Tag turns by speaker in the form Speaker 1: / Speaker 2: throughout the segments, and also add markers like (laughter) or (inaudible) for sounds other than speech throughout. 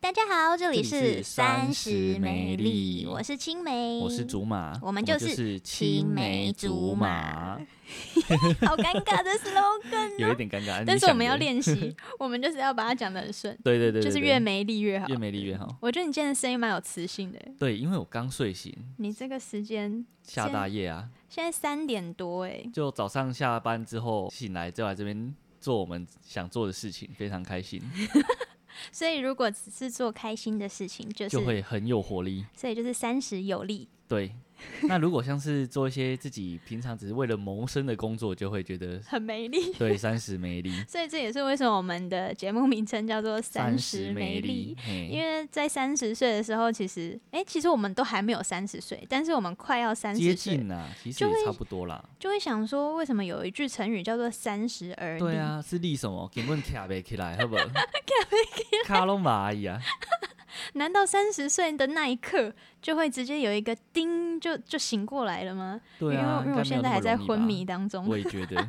Speaker 1: 大家好，这里
Speaker 2: 这里
Speaker 1: 是
Speaker 2: 是三十美丽
Speaker 1: 我是青梅，
Speaker 2: 我
Speaker 3: (laughs)
Speaker 2: 是竹马，
Speaker 1: 我们
Speaker 2: 就
Speaker 1: 就是
Speaker 2: 是
Speaker 1: 青梅竹
Speaker 2: 竹
Speaker 1: 马
Speaker 3: (laughs)
Speaker 2: 马，
Speaker 1: 好尴尬的 slogan
Speaker 2: 有一
Speaker 1: 哦。
Speaker 2: 点尴尬。
Speaker 3: 但是
Speaker 2: 你想
Speaker 3: 我们
Speaker 2: 的
Speaker 3: 要，练
Speaker 2: (laughs)
Speaker 3: 习，我们就是要把它讲的很顺，
Speaker 2: 对对对，对
Speaker 3: 就是
Speaker 2: 对
Speaker 3: 越没力越好。
Speaker 2: 越美丽越好。
Speaker 3: 我觉得你今天的声音蛮有磁性的，
Speaker 2: 对，因为我刚睡醒，
Speaker 3: 你这个时间
Speaker 2: 下
Speaker 3: 现
Speaker 2: 大夜啊，
Speaker 3: 现在三点多哎，
Speaker 2: 就早上下班之后醒来，就来这边做我们想做的事情，非常开心，
Speaker 3: 所以如果只是做开心的事情，就是
Speaker 2: 就会很有活力。
Speaker 3: 所以就是三十有力。 (laughs)
Speaker 2: 对，那如果像是做一些自己平常只是为了谋生的工作，就会觉得
Speaker 3: 很美丽， (laughs)
Speaker 2: 对三十美丽，
Speaker 3: 所以这也是为什么我们的节目名称叫做《三
Speaker 2: 十
Speaker 3: 十美
Speaker 2: 丽
Speaker 3: 丽》。，因
Speaker 2: 因
Speaker 3: 为在三十岁的时候，其实，哎、其实我们都还没有三十岁，但是我们快要三
Speaker 2: 接
Speaker 3: 十岁，
Speaker 2: 近啊，其实
Speaker 3: 就
Speaker 2: 也
Speaker 3: 会
Speaker 2: 差不多啦。
Speaker 3: 就会想说，为什么有一句成语叫做“三十而立”？
Speaker 2: 对啊，是立什么？给问卡呗起来，
Speaker 3: (laughs)
Speaker 2: 好不好？卡呗起来，卡拢蚂蚁啊！
Speaker 3: 难道三十岁的那一刻就会直接有一个叮就就醒过来了吗？
Speaker 2: 对啊，
Speaker 3: 因为因为我
Speaker 2: 应该
Speaker 3: 现
Speaker 2: 没有
Speaker 3: 在
Speaker 2: 那么
Speaker 3: 还在
Speaker 2: 容易吧
Speaker 3: 昏迷。当中
Speaker 2: 我。也觉得，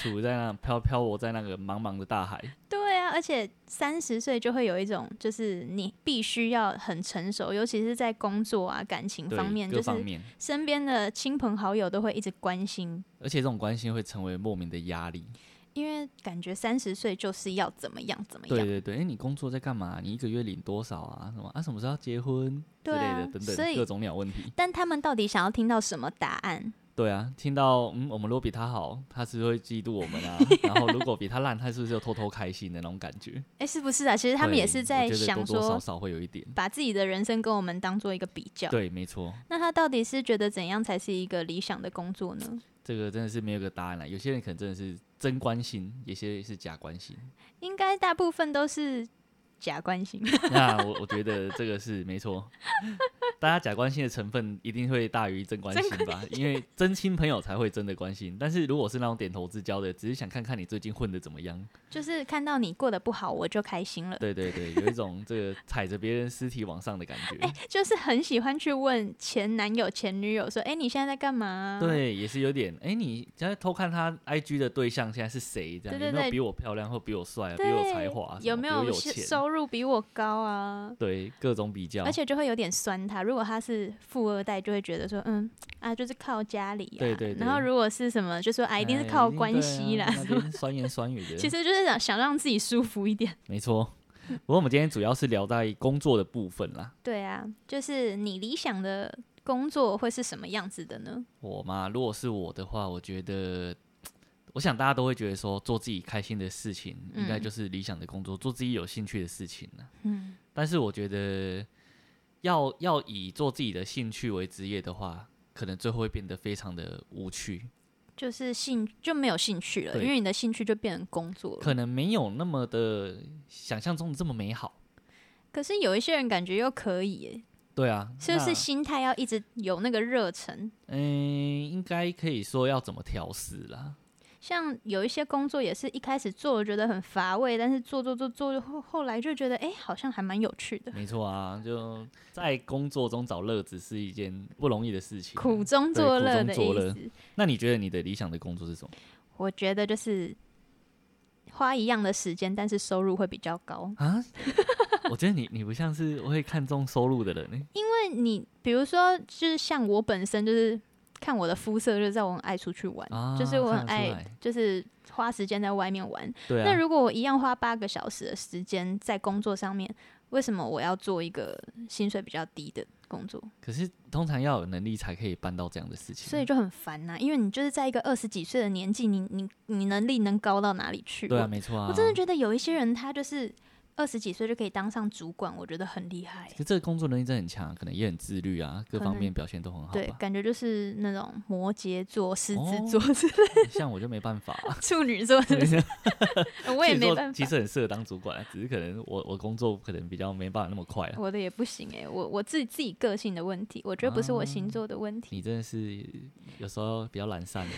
Speaker 2: 处在那漂漂泊在那个茫茫的大海。
Speaker 3: 对啊，而且三十岁就会有一种，就是你必须要很成熟，尤其是在工作啊、感情
Speaker 2: 对
Speaker 3: 方面，
Speaker 2: 各
Speaker 3: 就
Speaker 2: 方
Speaker 3: 是
Speaker 2: 面，
Speaker 3: 身边的亲朋好友都会一直关心，
Speaker 2: 而且这种关心会成为莫名的压力。
Speaker 3: 因为感觉三十岁就是要怎么样怎么样
Speaker 2: 对。对对，哎，你工作在干嘛？你一个月领多少啊？什么啊？什么时候要结婚之
Speaker 3: 对
Speaker 2: 类
Speaker 3: 啊
Speaker 2: 的，等等
Speaker 3: 所以
Speaker 2: 各种鸟问题。
Speaker 3: 但他们到底想要听到什么答案？
Speaker 2: 对啊，听到嗯，我们如果比他好，他是不是会嫉妒我们
Speaker 3: (laughs)
Speaker 2: 啊。然后如果比他烂，他是不是就偷偷开心的那种感觉？
Speaker 3: 哎、是不是啊？其实他们也
Speaker 2: 对
Speaker 3: 是
Speaker 2: 我
Speaker 3: 在
Speaker 2: 觉得
Speaker 3: 想
Speaker 2: 多多少
Speaker 3: 说，
Speaker 2: 少会有一点。
Speaker 3: 把自己的人生跟我们当做一个比较。
Speaker 2: 对，没错。
Speaker 3: 那他到底是觉得怎样才是一个理想的工作呢？
Speaker 2: 这个真的是没有个答案了。有些人可能真的是真关心，有些是假关心。 (laughs)
Speaker 3: 应该大部分都是假关心。
Speaker 2: (laughs) 那我我觉得这个是没错，大家假关心的成分一定会大于真关心吧，因为真亲朋友才会真的关心。但是如果是那种点头之交的，只是想看看你最近混的怎么样，
Speaker 3: 就是看到你过得不好，我就开心了。
Speaker 2: 对对对，有一种这个踩着别人尸体往上的感觉。
Speaker 3: 就是很喜欢去问前男友、前女友说：“哎、你现在在干嘛、，
Speaker 2: 对，也是有点，哎、你现在偷看他 IG 的对象现在是谁？这
Speaker 3: 对
Speaker 2: 样
Speaker 3: 对
Speaker 2: 有没有
Speaker 3: 对
Speaker 2: 比我漂亮，或比我帅、啊，比
Speaker 3: 对
Speaker 2: 我有才华啊、什
Speaker 3: 有
Speaker 2: 么
Speaker 3: 没
Speaker 2: 比我
Speaker 3: 有
Speaker 2: 有
Speaker 3: 收
Speaker 2: 钱？
Speaker 3: 收入比我高啊？
Speaker 2: 对，各种比较
Speaker 3: 而。且就会有点酸他。如果他是富二代，就会觉得说：嗯啊，就是靠家里、啊。
Speaker 2: 对对对
Speaker 3: 然后如果是什么，就说啊，一定是
Speaker 2: 哎
Speaker 3: 靠
Speaker 2: 一定
Speaker 3: 关
Speaker 2: 对
Speaker 3: 系啦
Speaker 2: 啊。
Speaker 3: (laughs)
Speaker 2: 那边酸言酸语的，
Speaker 3: 其实就是想想让自己舒服一点。
Speaker 2: 没错。不过我们今天主要是聊在工作的部分啦。
Speaker 3: 对啊，就是你理想的工作会是什么样子的呢？
Speaker 2: 我嘛，如果是我的话，我觉得，我想大家都会觉得说，做自己开心的事情，应该
Speaker 3: 嗯
Speaker 2: 就是理想的工作，做自己有兴趣的事情呢。
Speaker 3: 嗯，
Speaker 2: 但是我觉得要要以做自己的兴趣为职业的话，可能最后会变得非常的无趣，
Speaker 3: 就是兴就没有兴趣了，
Speaker 2: 对
Speaker 3: 因为你的兴趣就变成工作了。
Speaker 2: 可能没有那么的想象中的这么美好。
Speaker 3: 可是有一些人感觉又可以耶，
Speaker 2: 对啊，
Speaker 3: 是不
Speaker 2: 那
Speaker 3: 是心态要一直有那个热忱？
Speaker 2: 嗯，应该可以说要怎么调试啦。
Speaker 3: 像有一些工作也是一开始做了觉得很乏味，但是做做做做后后来就觉得哎、诶好像还蛮有趣的，
Speaker 2: 没错啊，就在工作中找乐子是一件不容易的事情啊。
Speaker 3: 苦中作乐的
Speaker 2: 对苦中
Speaker 3: 意
Speaker 2: 作乐
Speaker 3: 思。
Speaker 2: 那你觉得你的理想的工作是什么？
Speaker 3: 我觉得就是花一样的时间，但是收入会比较高，
Speaker 2: 啊？ (laughs) 我觉得你你不像是会看重收入的人欸呢、
Speaker 3: 因为你比如说就是像我本身就是。看我的肤色就知道我很爱出去玩，
Speaker 2: 啊
Speaker 3: 就是我很
Speaker 2: 看得
Speaker 3: 爱
Speaker 2: 出来，
Speaker 3: 就是花时间在外面玩。
Speaker 2: 对
Speaker 3: 那
Speaker 2: 啊，
Speaker 3: 如果我一样花八个小时的时间在工作上面，为什么我要做一个薪水比较低的工作？
Speaker 2: 可是通常要有能力才可以办到这样的事情。
Speaker 3: 所以就很烦呐、因为你就是在一个二十几岁的年纪，你你你能力能高到哪里去？
Speaker 2: 对啊，
Speaker 3: 我
Speaker 2: 没错啊。
Speaker 3: 我真的觉得有一些人他就是二十几岁就可以当上主管，我觉得很厉害
Speaker 2: 可。是这个工作能力真的很强，可能也很自律啊，各
Speaker 3: 可
Speaker 2: 方
Speaker 3: 能
Speaker 2: 面表现都很好
Speaker 3: 对， (laughs)
Speaker 2: 吧。
Speaker 3: 感觉就是那种摩羯座、狮
Speaker 2: 哦
Speaker 3: 子座
Speaker 2: (laughs)
Speaker 3: 之类、，
Speaker 2: 像我就没办法、啊
Speaker 3: 处女座，是不是
Speaker 2: (laughs)
Speaker 3: 我也
Speaker 2: 其实
Speaker 3: 没
Speaker 2: 说
Speaker 3: 办法
Speaker 2: 其，实很适合当主管啊，只是可能我我工作可能比较没办法那么快啊。
Speaker 3: 我的也不行哎、我我自己自己个性的问题，我觉得不是我星座的问题。
Speaker 2: 哦你真的是有时候比较懒散的，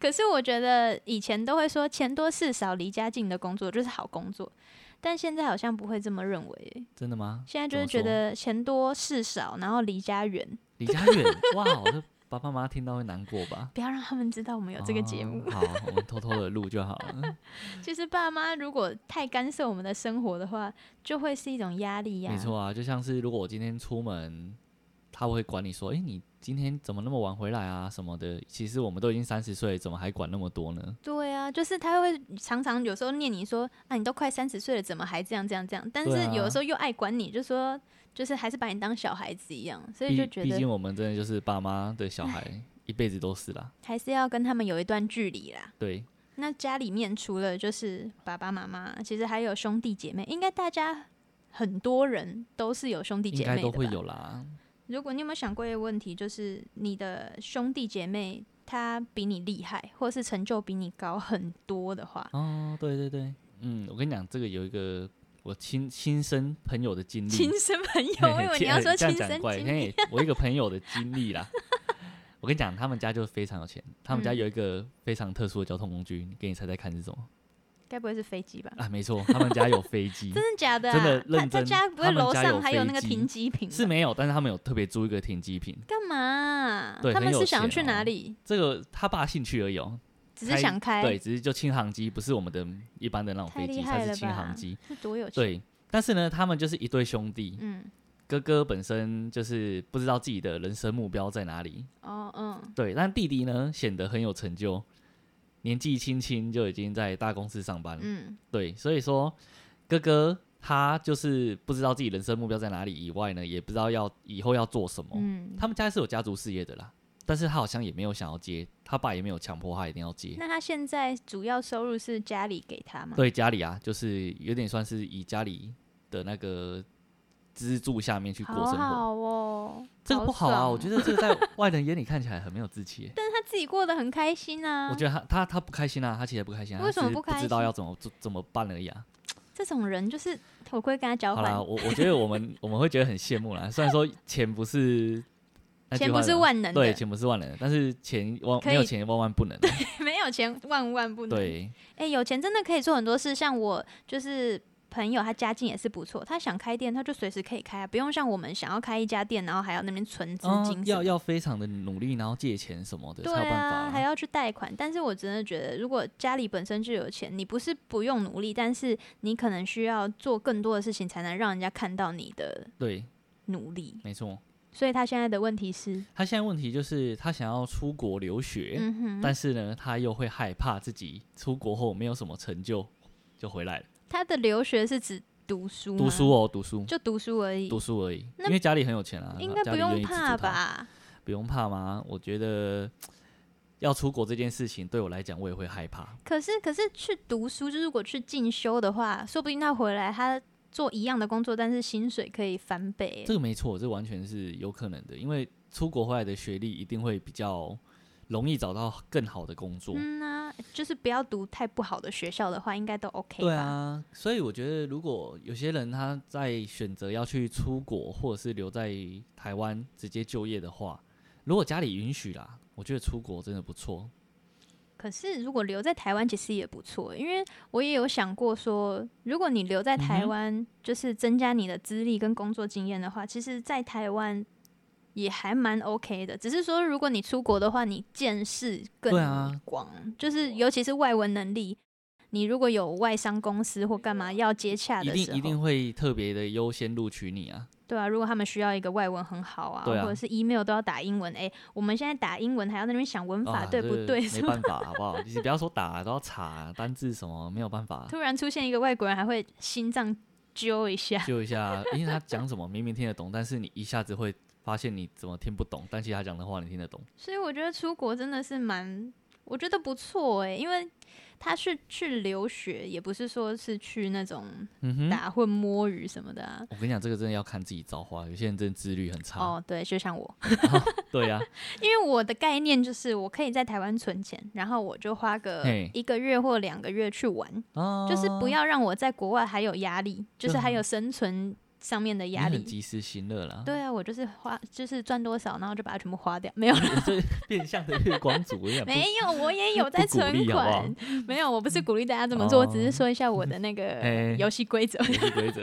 Speaker 3: 可是我觉得以前都会说钱多事少离家近的工作就是好工作，但现在好像不会这么认为欸耶。
Speaker 2: 真的吗？
Speaker 3: 现在就是
Speaker 2: 怎
Speaker 3: 觉
Speaker 2: 么说
Speaker 3: 得钱多事少，然后离家远，
Speaker 2: 离家远，哇，我的爸爸妈妈听到会难过吧？
Speaker 3: 不要让他们知道我们有这个节目。
Speaker 2: 哦好，我们偷偷的录就好
Speaker 3: (laughs)
Speaker 2: 了。
Speaker 3: 就是爸妈如果太干涉我们的生活的话，就会是一种压力呀、
Speaker 2: 没错啊，就像是如果我今天出门，他会管你说：“诶，你今天怎么那么晚回来啊？”什么的。其实我们都已经三十岁，怎么还管那么多呢？
Speaker 3: 对啊，就是他会常常有时候念你说啊，你都快三十岁了，怎么还这样这样这样？但是
Speaker 2: 对啊
Speaker 3: 有的时候又爱管你，就说就是还是把你当小孩子一样，所以
Speaker 2: 毕
Speaker 3: 就觉
Speaker 2: 毕
Speaker 3: 得
Speaker 2: 竟我们真的就是爸妈的小孩，一辈子都是啦。
Speaker 3: 还是要跟他们有一段距离啦。
Speaker 2: 对，
Speaker 3: 那家里面除了就是爸爸妈妈，其实还有兄弟姐妹，应该大家很多人都是有兄弟
Speaker 2: 应
Speaker 3: 姐妹
Speaker 2: 该
Speaker 3: 的
Speaker 2: 都会
Speaker 3: 吧
Speaker 2: 有啦。
Speaker 3: 如果你有没有想过一个问题，就是你的兄弟姐妹他比你厉害，或是成就比你高很多的话，
Speaker 2: 哦，对对对，嗯，我跟你讲，这个有一个我亲亲身朋友的经历，
Speaker 3: (laughs) 亲生朋友，我
Speaker 2: 嘿
Speaker 3: 以
Speaker 2: (laughs)
Speaker 3: 为
Speaker 2: 亲
Speaker 3: 你要
Speaker 2: 哎
Speaker 3: 说
Speaker 2: 嗯这
Speaker 3: 亲生
Speaker 2: 样讲怪，
Speaker 3: 经历。
Speaker 2: 嘿，我一个朋友的经历啦。 (laughs) 我跟你讲，他们家就非常有钱，他们家
Speaker 3: 嗯
Speaker 2: 有一个非常特殊的交通工具，你给你猜猜看是什么？
Speaker 3: 该不会是飞机
Speaker 2: (laughs)
Speaker 3: 吧？
Speaker 2: 啊，没错，他们家有飞
Speaker 3: (laughs)
Speaker 2: 机
Speaker 3: 真，的假的、啊？
Speaker 2: 真的
Speaker 3: 他
Speaker 2: 认
Speaker 3: 他
Speaker 2: 真
Speaker 3: 家不会
Speaker 2: 他们
Speaker 3: 楼
Speaker 2: 家
Speaker 3: 上
Speaker 2: 有
Speaker 3: 还有那个
Speaker 2: 飞机
Speaker 3: 停机坪吧
Speaker 2: 是没有，但是他们有特别租一个停机坪。
Speaker 3: 干嘛啊、
Speaker 2: 对
Speaker 3: 他们
Speaker 2: 很有
Speaker 3: 是想要
Speaker 2: 钱
Speaker 3: 去哪
Speaker 2: 哦
Speaker 3: 里？
Speaker 2: 这个他爸兴趣而已哦，
Speaker 3: 只是想开，
Speaker 2: 对，只是就轻航机，不是我们的一般的那种
Speaker 3: 哎太
Speaker 2: 飞机，
Speaker 3: 厉
Speaker 2: 它
Speaker 3: 害
Speaker 2: 是
Speaker 3: 了
Speaker 2: 轻航
Speaker 3: 吧
Speaker 2: 机。
Speaker 3: 是多有钱？
Speaker 2: 对，但是呢，他们就是一对兄弟，
Speaker 3: 嗯，
Speaker 2: 哥哥本身就是不知道自己的人生目标在哪里，
Speaker 3: 哦，嗯，
Speaker 2: 对，但弟弟呢显得很有成就，年纪轻轻就已经在大公司上班了，
Speaker 3: 嗯，
Speaker 2: 对，所以说哥哥他就是不知道自己人生目标在哪里以外呢，也不知道要以后要做什么。
Speaker 3: 嗯。
Speaker 2: 哦他们家是有家族事业的啦，但是他好像也没有想要接，他爸也没有强迫他一定要接。
Speaker 3: 那他现在主要收入是家里给他吗？
Speaker 2: 对家里啊，就是有点算是以家里的那个资助下面去过
Speaker 3: 好
Speaker 2: 生活，
Speaker 3: 好哦，
Speaker 2: 这个不好啊！
Speaker 3: 爽
Speaker 2: 我觉得这个在外人眼里看起来很没有志气耶。
Speaker 3: 他自己过得很开心啊。
Speaker 2: 我觉得他他他不开心啊，他其实不开心、啊，
Speaker 3: 为什么
Speaker 2: 他只是
Speaker 3: 不
Speaker 2: 不
Speaker 3: 开
Speaker 2: 知道
Speaker 3: 心
Speaker 2: 要怎么做怎么办而已啊。
Speaker 3: 这种人就是我会跟他交
Speaker 2: 好啦，
Speaker 3: 换，
Speaker 2: 我我觉得我们我们会觉得很羡慕啦。虽然说钱不是那句
Speaker 3: 钱
Speaker 2: 话
Speaker 3: 不是
Speaker 2: 呢
Speaker 3: 万能
Speaker 2: 对，
Speaker 3: (laughs) 的，
Speaker 2: 钱不是万能的，但是钱万
Speaker 3: 可
Speaker 2: 没有
Speaker 3: 以
Speaker 2: 钱万
Speaker 3: (laughs)
Speaker 2: 万不能啊。
Speaker 3: 没有钱万万不能。， (laughs)
Speaker 2: 对，
Speaker 3: 哎、有钱真的可以做很多事，像我就是。朋友他家境也是不错，他想开店他就随时可以开、啊，不用像我们想要开一家店，然后还要那边存资
Speaker 2: 嗯
Speaker 3: 金、
Speaker 2: 要。要非常的努力，然后借钱什么的才
Speaker 3: 对
Speaker 2: 有办法
Speaker 3: 啊，还
Speaker 2: 啊。
Speaker 3: 要去贷款。但是我真的觉得，如果家里本身就有钱，你不是不用努力，但是你可能需要做更多的事情，才能让人家看到你的
Speaker 2: 对，
Speaker 3: 努力。
Speaker 2: 没错。
Speaker 3: 所以他现在的问题是，
Speaker 2: 他现在问题就是他想要出国留学，
Speaker 3: 嗯哼，
Speaker 2: 但是呢，他又会害怕自己出国后没有什么成就就回来了。
Speaker 3: 他的留学是指读书，
Speaker 2: 读书，哦，读书，
Speaker 3: 就读书而已，
Speaker 2: 读书而已，
Speaker 3: 那
Speaker 2: 因为家里很有钱啊，
Speaker 3: 应该
Speaker 2: 家
Speaker 3: 不
Speaker 2: 里愿
Speaker 3: 用
Speaker 2: 意资助
Speaker 3: 怕
Speaker 2: 他？
Speaker 3: 吧？
Speaker 2: 不用怕吗？我觉得要出国这件事情对我来讲，我也会害怕。
Speaker 3: 可是，可是去读书，就是如果去进修的话，说不定他回来他做一样的工作，但是薪水可以翻倍
Speaker 2: 这。个没错，这完全是有可能的，因为出国回来的学历一定会比较容易找到更好的工作。
Speaker 3: 嗯呐、就是不要读太不好的学校的话，应该都 OK 吧？
Speaker 2: 对啊，所以我觉得，如果有些人他在选择要去出国，或者是留在台湾直接就业的话，如果家里允许啦，我觉得出国真的不错。
Speaker 3: 可是如果留在台湾，其实也不错，因为我也有想过说，如果你留
Speaker 2: 嗯
Speaker 3: 在台湾，就是增加你的资历跟工作经验的话，其实，在台湾也还蛮 OK 的。只是说，如果你出国的话，你见识更
Speaker 2: 对啊
Speaker 3: 广，就是尤其是外文能力，你如果有外商公司或干嘛要接洽
Speaker 2: 一
Speaker 3: 的时
Speaker 2: 定
Speaker 3: 候，
Speaker 2: 一定会特别的优先录取你啊！
Speaker 3: 对啊，如果他们需要一个外文很好啊，
Speaker 2: 对啊
Speaker 3: 或者是 email 都要打英文，哎、我们现在打英文还要在那边想文法、
Speaker 2: 啊
Speaker 3: 对
Speaker 2: 这
Speaker 3: 不对？ (laughs)
Speaker 2: 没
Speaker 3: 什么
Speaker 2: 办法，好不好？你不要说打，都要查单字什么，没有办法。
Speaker 3: 突然出现一个外国人，还会心脏揪一下。 (laughs)
Speaker 2: 就一下，因为他讲什么明明听得懂，但是你一下子会发现你怎么听不懂，但其实他讲的话你听得懂。
Speaker 3: 所以我觉得出国真的是蛮，我觉得不错诶、因为他是去留学，也不是说是去那种
Speaker 2: 嗯哼，
Speaker 3: 打混摸鱼什么的啊。
Speaker 2: 我跟你讲，这个真的要看自己造化，有些人真的自律很差。
Speaker 3: 哦，对，就像我， (laughs)
Speaker 2: 对呀、
Speaker 3: 因为我的概念就是我可以在台湾存钱，然后我就花个
Speaker 2: 嘿
Speaker 3: 一个月或两个月去玩，(laughs)
Speaker 2: 啊，
Speaker 3: 就是不要让我在国外还有压力，就是
Speaker 2: 对
Speaker 3: 还有生存上面的
Speaker 2: 嗯啊你
Speaker 3: 压
Speaker 2: 很
Speaker 3: 力。
Speaker 2: 及时行乐啦。 (laughs)
Speaker 3: 对啊，我就是花，就是赚多少，然后就把它全部花掉，没有
Speaker 2: 我这变相的月光族，我跟你讲不
Speaker 3: 没有，我也有在
Speaker 2: 不鼓
Speaker 3: 存
Speaker 2: 励好不好
Speaker 3: 款。没有，我不是鼓励大家这么做，
Speaker 2: 哦
Speaker 3: 我只是说一下我的那个
Speaker 2: 哎
Speaker 3: 游戏规则。 (laughs)
Speaker 2: 游戏规则。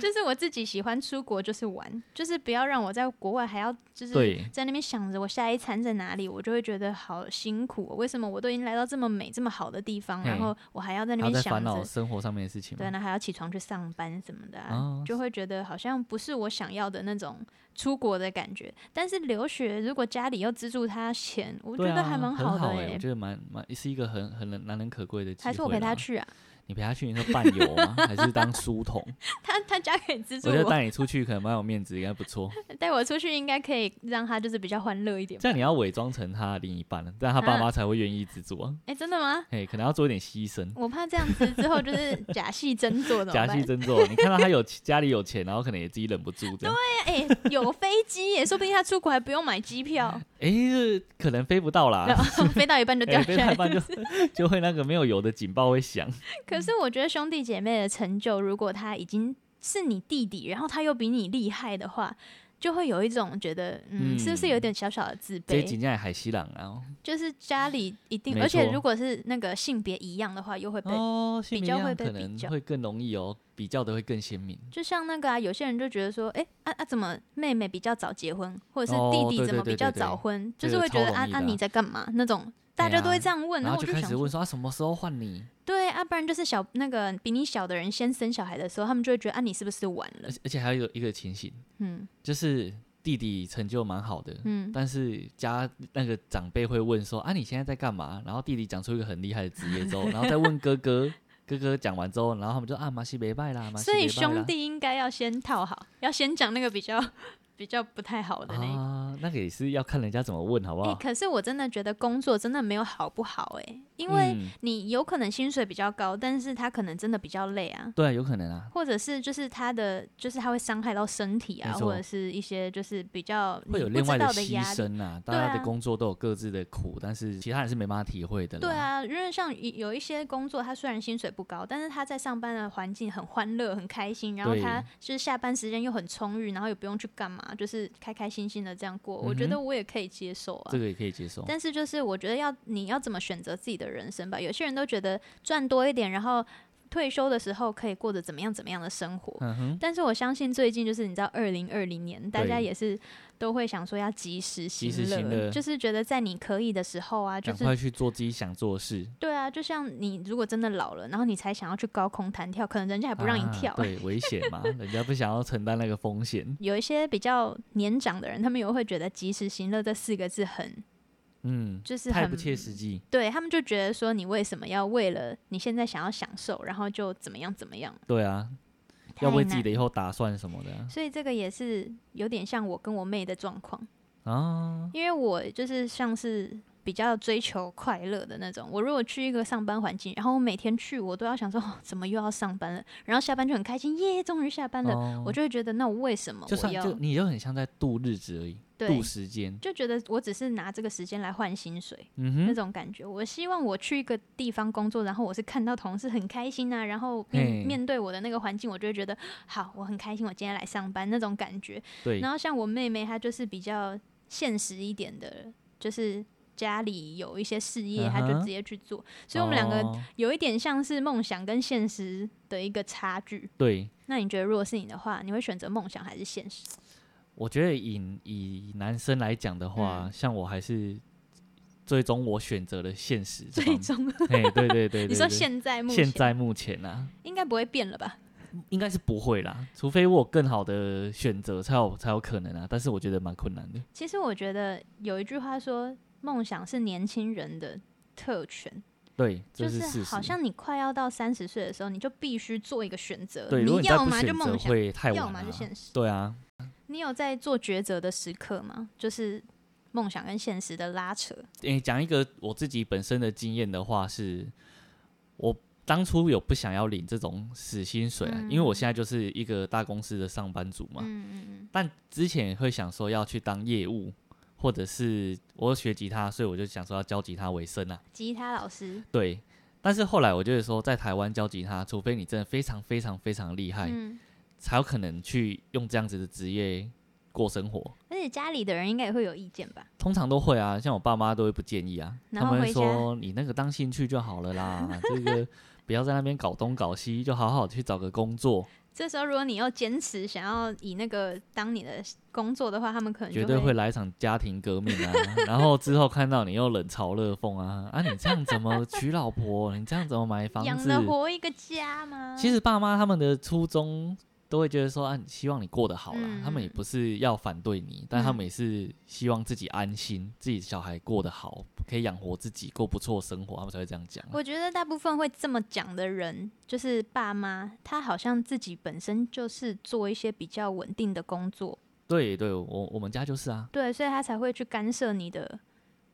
Speaker 3: 就是我自己喜欢出国就是玩，就是不要让我在国外还要就是
Speaker 2: 对
Speaker 3: 在那边想着我下一餐在哪里，我就会觉得好辛苦、哦。为什么我都已经来到这么美、这么好的地方，然
Speaker 2: 嘿
Speaker 3: 后我还要在那
Speaker 2: 然后
Speaker 3: 边
Speaker 2: 在
Speaker 3: 想
Speaker 2: 烦恼
Speaker 3: 着？
Speaker 2: 生活上面的事情
Speaker 3: 对，啊
Speaker 2: 嘛。
Speaker 3: 那还要起床去上班什么的、啊，
Speaker 2: 哦
Speaker 3: 就会觉得好像不是我想要的那种出国的感觉。但是留学如果家里又资助他钱，我觉
Speaker 2: 对
Speaker 3: 得
Speaker 2: 啊，
Speaker 3: 还蛮
Speaker 2: 很
Speaker 3: 好的
Speaker 2: 哎、
Speaker 3: 耶、
Speaker 2: 我觉得蛮蛮是一个很很难难能可贵的机会。
Speaker 3: 还是我陪他，去啊，
Speaker 2: 你陪他去，你说伴游
Speaker 3: (laughs)
Speaker 2: 吗？还是当书童？
Speaker 3: 他他家可以资助
Speaker 2: 我觉得
Speaker 3: 我，
Speaker 2: 带你出去可能蛮有面子，应该不错。
Speaker 3: 带我出去应该可以让他就是比较欢乐一点吧。
Speaker 2: 这样你要伪装成他的另一半了，这样他爸妈才会愿意资助啊。
Speaker 3: 哎、真的吗？
Speaker 2: 哎、可能要做一点牺牲，
Speaker 3: 我怕这样子之后就是假戏真
Speaker 2: (laughs)
Speaker 3: 做，怎么
Speaker 2: 假
Speaker 3: 办？
Speaker 2: 戏真做。你看到他有 (laughs) 家里有钱，然后可能也自己忍不住这样。
Speaker 3: 哎、有飞机耶，说不定他出国还不用买机票，
Speaker 2: 哎、这可能飞不
Speaker 3: (laughs)
Speaker 2: 到啦。
Speaker 3: 然后飞到一半就
Speaker 2: (laughs) 哎、
Speaker 3: 掉
Speaker 2: 飞
Speaker 3: 下
Speaker 2: 太
Speaker 3: 来。
Speaker 2: 慢就就会那个没有油的警报会响。
Speaker 3: 可是我觉得兄弟姐妹的成就，如果他已经是你弟弟，然后他又比你厉害的话。就会有一种觉得，嗯，
Speaker 2: 嗯
Speaker 3: 是不是有点小小的自
Speaker 2: 这
Speaker 3: 卑？
Speaker 2: 紧接海西朗啊，
Speaker 3: 就是家里一定，
Speaker 2: 没
Speaker 3: 而且
Speaker 2: 错
Speaker 3: 如果是那个性别一样的话，又会被，
Speaker 2: 哦，性
Speaker 3: 比
Speaker 2: 别
Speaker 3: 较
Speaker 2: 一样
Speaker 3: 会被
Speaker 2: 可
Speaker 3: 比
Speaker 2: 能
Speaker 3: 较
Speaker 2: 会更容易哦，比较的会更鲜明。
Speaker 3: 就像那个啊，有些人就觉得说，哎、啊啊，怎么妹妹比较早结婚，或者是
Speaker 2: 哦
Speaker 3: 弟
Speaker 2: 对
Speaker 3: 弟怎
Speaker 2: 对
Speaker 3: 么
Speaker 2: 对
Speaker 3: 比较
Speaker 2: 对对
Speaker 3: 早婚，
Speaker 2: 这
Speaker 3: 就是
Speaker 2: 个
Speaker 3: 会觉
Speaker 2: 超
Speaker 3: 得
Speaker 2: 容
Speaker 3: 啊
Speaker 2: 易
Speaker 3: 啊
Speaker 2: 的
Speaker 3: 你
Speaker 2: 啊
Speaker 3: 在干嘛那种，大
Speaker 2: 对
Speaker 3: 家都会
Speaker 2: 啊
Speaker 3: 这样问，
Speaker 2: 然
Speaker 3: 后
Speaker 2: 后
Speaker 3: 我
Speaker 2: 就
Speaker 3: 就
Speaker 2: 开
Speaker 3: 想
Speaker 2: 始
Speaker 3: 说
Speaker 2: 问说啊，什么时候换你？
Speaker 3: 对啊，不然就是小那个比你小的人先生小孩的时候，他们就会觉得啊，你是不是晚了
Speaker 2: 而？且而且还有一个情形，
Speaker 3: 嗯
Speaker 2: 就是弟弟成就蛮好的，
Speaker 3: 嗯，
Speaker 2: 但是家那个长辈会问说啊，你现在在干嘛？然后弟弟讲出一个很厉害的职业之后，然后再问哥
Speaker 3: (laughs)
Speaker 2: 哥，哥哥讲完之后，然后他们就啊，马西没拜啦，马西
Speaker 3: 所
Speaker 2: 没拜
Speaker 3: 以
Speaker 2: 啦。
Speaker 3: 兄弟应该要先套好，要先讲那个比较比较不太好的那一个。
Speaker 2: 啊，那个也是要看人家怎么问，好不
Speaker 3: 哎、
Speaker 2: 好？
Speaker 3: 可是我真的觉得工作真的没有好不好哎、因为
Speaker 2: 嗯、
Speaker 3: 你有可能薪水比较高，但是他可能真的比较累啊，
Speaker 2: 对啊，有可能啊，
Speaker 3: 或者是就是他的就是他会伤害到身体啊，
Speaker 2: 没错
Speaker 3: 或者是一些就是比较
Speaker 2: 会有
Speaker 3: 你不
Speaker 2: 另
Speaker 3: 知
Speaker 2: 外
Speaker 3: 道的
Speaker 2: 牺
Speaker 3: 压力。
Speaker 2: 牲啊，大
Speaker 3: 对
Speaker 2: 家
Speaker 3: 啊
Speaker 2: 的工作都有各自的苦，但是其他人是没办法体会的啦。
Speaker 3: 对啊，因为像有有一些工作，他虽然薪水不高，但是他在上班的环境很欢乐、很开心，然后
Speaker 2: 对
Speaker 3: 他就是下班时间又很充裕，然后也不用去干嘛，就是开开心心的这样过。我觉
Speaker 2: 嗯哼
Speaker 3: 得我也可以接受啊
Speaker 2: 这。个也可以接受。
Speaker 3: 但是就是我觉得要你要怎么选择自己的人生吧。有些人都觉得赚多一点，然后退休的时候可以过着怎么样怎么样的生活。
Speaker 2: 嗯哼，
Speaker 3: 但是我相信最近就是你知道，二零二零年大家也是都会想说要及时行
Speaker 2: 及时行乐
Speaker 3: 就是觉得在你可以的时候啊，就
Speaker 2: 赶
Speaker 3: 是
Speaker 2: 快去做自己想做的事，
Speaker 3: 对啊，就像你如果真的老了，然后你才想要去高空弹跳，可能人家还不让你
Speaker 2: 啊
Speaker 3: 跳。 (laughs)
Speaker 2: 对，危险嘛，人家不想要承担那个风险。
Speaker 3: 有一些比较年长的人，他们也会觉得“及时行乐”这四个字很
Speaker 2: 嗯，
Speaker 3: 就是
Speaker 2: 太
Speaker 3: 很
Speaker 2: 不切实际。
Speaker 3: 对他们就觉得说，你为什么要为了你现在想要享受，然后就怎么样怎么样？
Speaker 2: 对啊，要为自己的以后打算什么的啊
Speaker 3: 所以这个也是有点像我跟我妹的状况，
Speaker 2: 啊。
Speaker 3: 因为我就是像是比较追求快乐的那种。我如果去一个上班环境，然后我每天去，我都要想说、哦怎么又要上班了，然后下班就很开心，耶，终于下班了。
Speaker 2: 哦
Speaker 3: 我就会觉得，那我为什么
Speaker 2: 就
Speaker 3: 我
Speaker 2: 算
Speaker 3: 要
Speaker 2: 就你就很像在度日子而已，
Speaker 3: 对
Speaker 2: 度，时间。
Speaker 3: 就觉得我只是拿这个时间来换薪水、那
Speaker 2: 嗯哼，
Speaker 3: 种感觉。我希望我去一个地方工作，然后我是看到同事很开心啊，然后面
Speaker 2: 嘿
Speaker 3: 面对我的那个环境，我就会觉得好，我很开心，我今天来上班那种感觉。
Speaker 2: 对
Speaker 3: 然后像我妹妹，她就是比较现实一点的，就是。家里有一些事业，她就
Speaker 2: 嗯哼
Speaker 3: 直接去做，所以我们两个
Speaker 2: 哦
Speaker 3: 有一点像是梦想跟现实的一个差距。
Speaker 2: 对，
Speaker 3: 那你觉得，如果是你的话，你会选择梦想还是现实？
Speaker 2: 我觉得以以男生来讲的话，
Speaker 3: 嗯
Speaker 2: 像我还是最终我选择了现实这方
Speaker 3: 最
Speaker 2: 面。
Speaker 3: 终，
Speaker 2: 哎，对对对
Speaker 3: (laughs)
Speaker 2: 对
Speaker 3: 你说
Speaker 2: 对
Speaker 3: 现在目前
Speaker 2: 现在目前啊，
Speaker 3: 应该不会变了吧？
Speaker 2: 应该是不会啦，除非我有更好的选择才有才有可能啊。但是我觉得蛮困难的。
Speaker 3: 其实我觉得有一句话说，梦想是年轻人的特权，
Speaker 2: 对，
Speaker 3: 就
Speaker 2: 这是事实。
Speaker 3: 好像你快要到三十岁的时候，你就必须做一个选择，
Speaker 2: 对，如果
Speaker 3: 你
Speaker 2: 你再
Speaker 3: 要
Speaker 2: 不
Speaker 3: 么就
Speaker 2: 选择
Speaker 3: 梦想，
Speaker 2: 会太
Speaker 3: 要
Speaker 2: 晚
Speaker 3: 么
Speaker 2: 了
Speaker 3: 就
Speaker 2: 啊。
Speaker 3: 现实。
Speaker 2: 对啊，
Speaker 3: 你有在做抉择的时刻吗？就是梦想跟现实的拉扯。
Speaker 2: 诶，讲一个我自己本身的经验的话是，我当初有不想要领这种死薪水啊，因为我现在就是一个大公司的上班族嘛。
Speaker 3: 嗯嗯嗯，
Speaker 2: 但之前会想说要去当业务，或者是我有学吉他，所以我就想说要教吉他为生啊。
Speaker 3: 吉他老师，
Speaker 2: 对，但是后来我就是说，在台湾教吉他，除非你真的非常非常非常厉害，
Speaker 3: 嗯，
Speaker 2: 才有可能去用这样子的职业过生活。
Speaker 3: 而且家里的人应该也会有意见吧？
Speaker 2: 通常都会啊，像我爸妈都会不建议啊，
Speaker 3: 然
Speaker 2: 他
Speaker 3: 后
Speaker 2: 们
Speaker 3: 回
Speaker 2: 会
Speaker 3: 家
Speaker 2: 说你那个
Speaker 3: (laughs)
Speaker 2: 当兴趣就好了啦，这个不要在那边搞东搞西，就好好去找个工作。
Speaker 3: 这时候如果你又坚持想要以那个当你的工作的话，他们可能
Speaker 2: 绝
Speaker 3: 就
Speaker 2: 对
Speaker 3: 会
Speaker 2: 会来一场家庭革命啊！ (laughs) 然后之后看到你又冷嘲热讽啊啊！你这样怎么娶老婆？你这样怎么买房
Speaker 3: 养
Speaker 2: 子？
Speaker 3: 得活啊一个家吗？
Speaker 2: 其实爸妈他们的初衷都会觉得说啊，希望你过得好啦。
Speaker 3: 嗯
Speaker 2: 他们也不是要反对你，但他们也是希望自己安心，自己小孩过得好，可以养活自己，过不错生活，他们才会这样讲啊。
Speaker 3: 我觉得大部分会这么讲的人，就是爸妈，他好像自己本身就是做一些比较稳定的工作，
Speaker 2: 对对，我我们家就是啊，
Speaker 3: 对，所以他才会去干涉你的，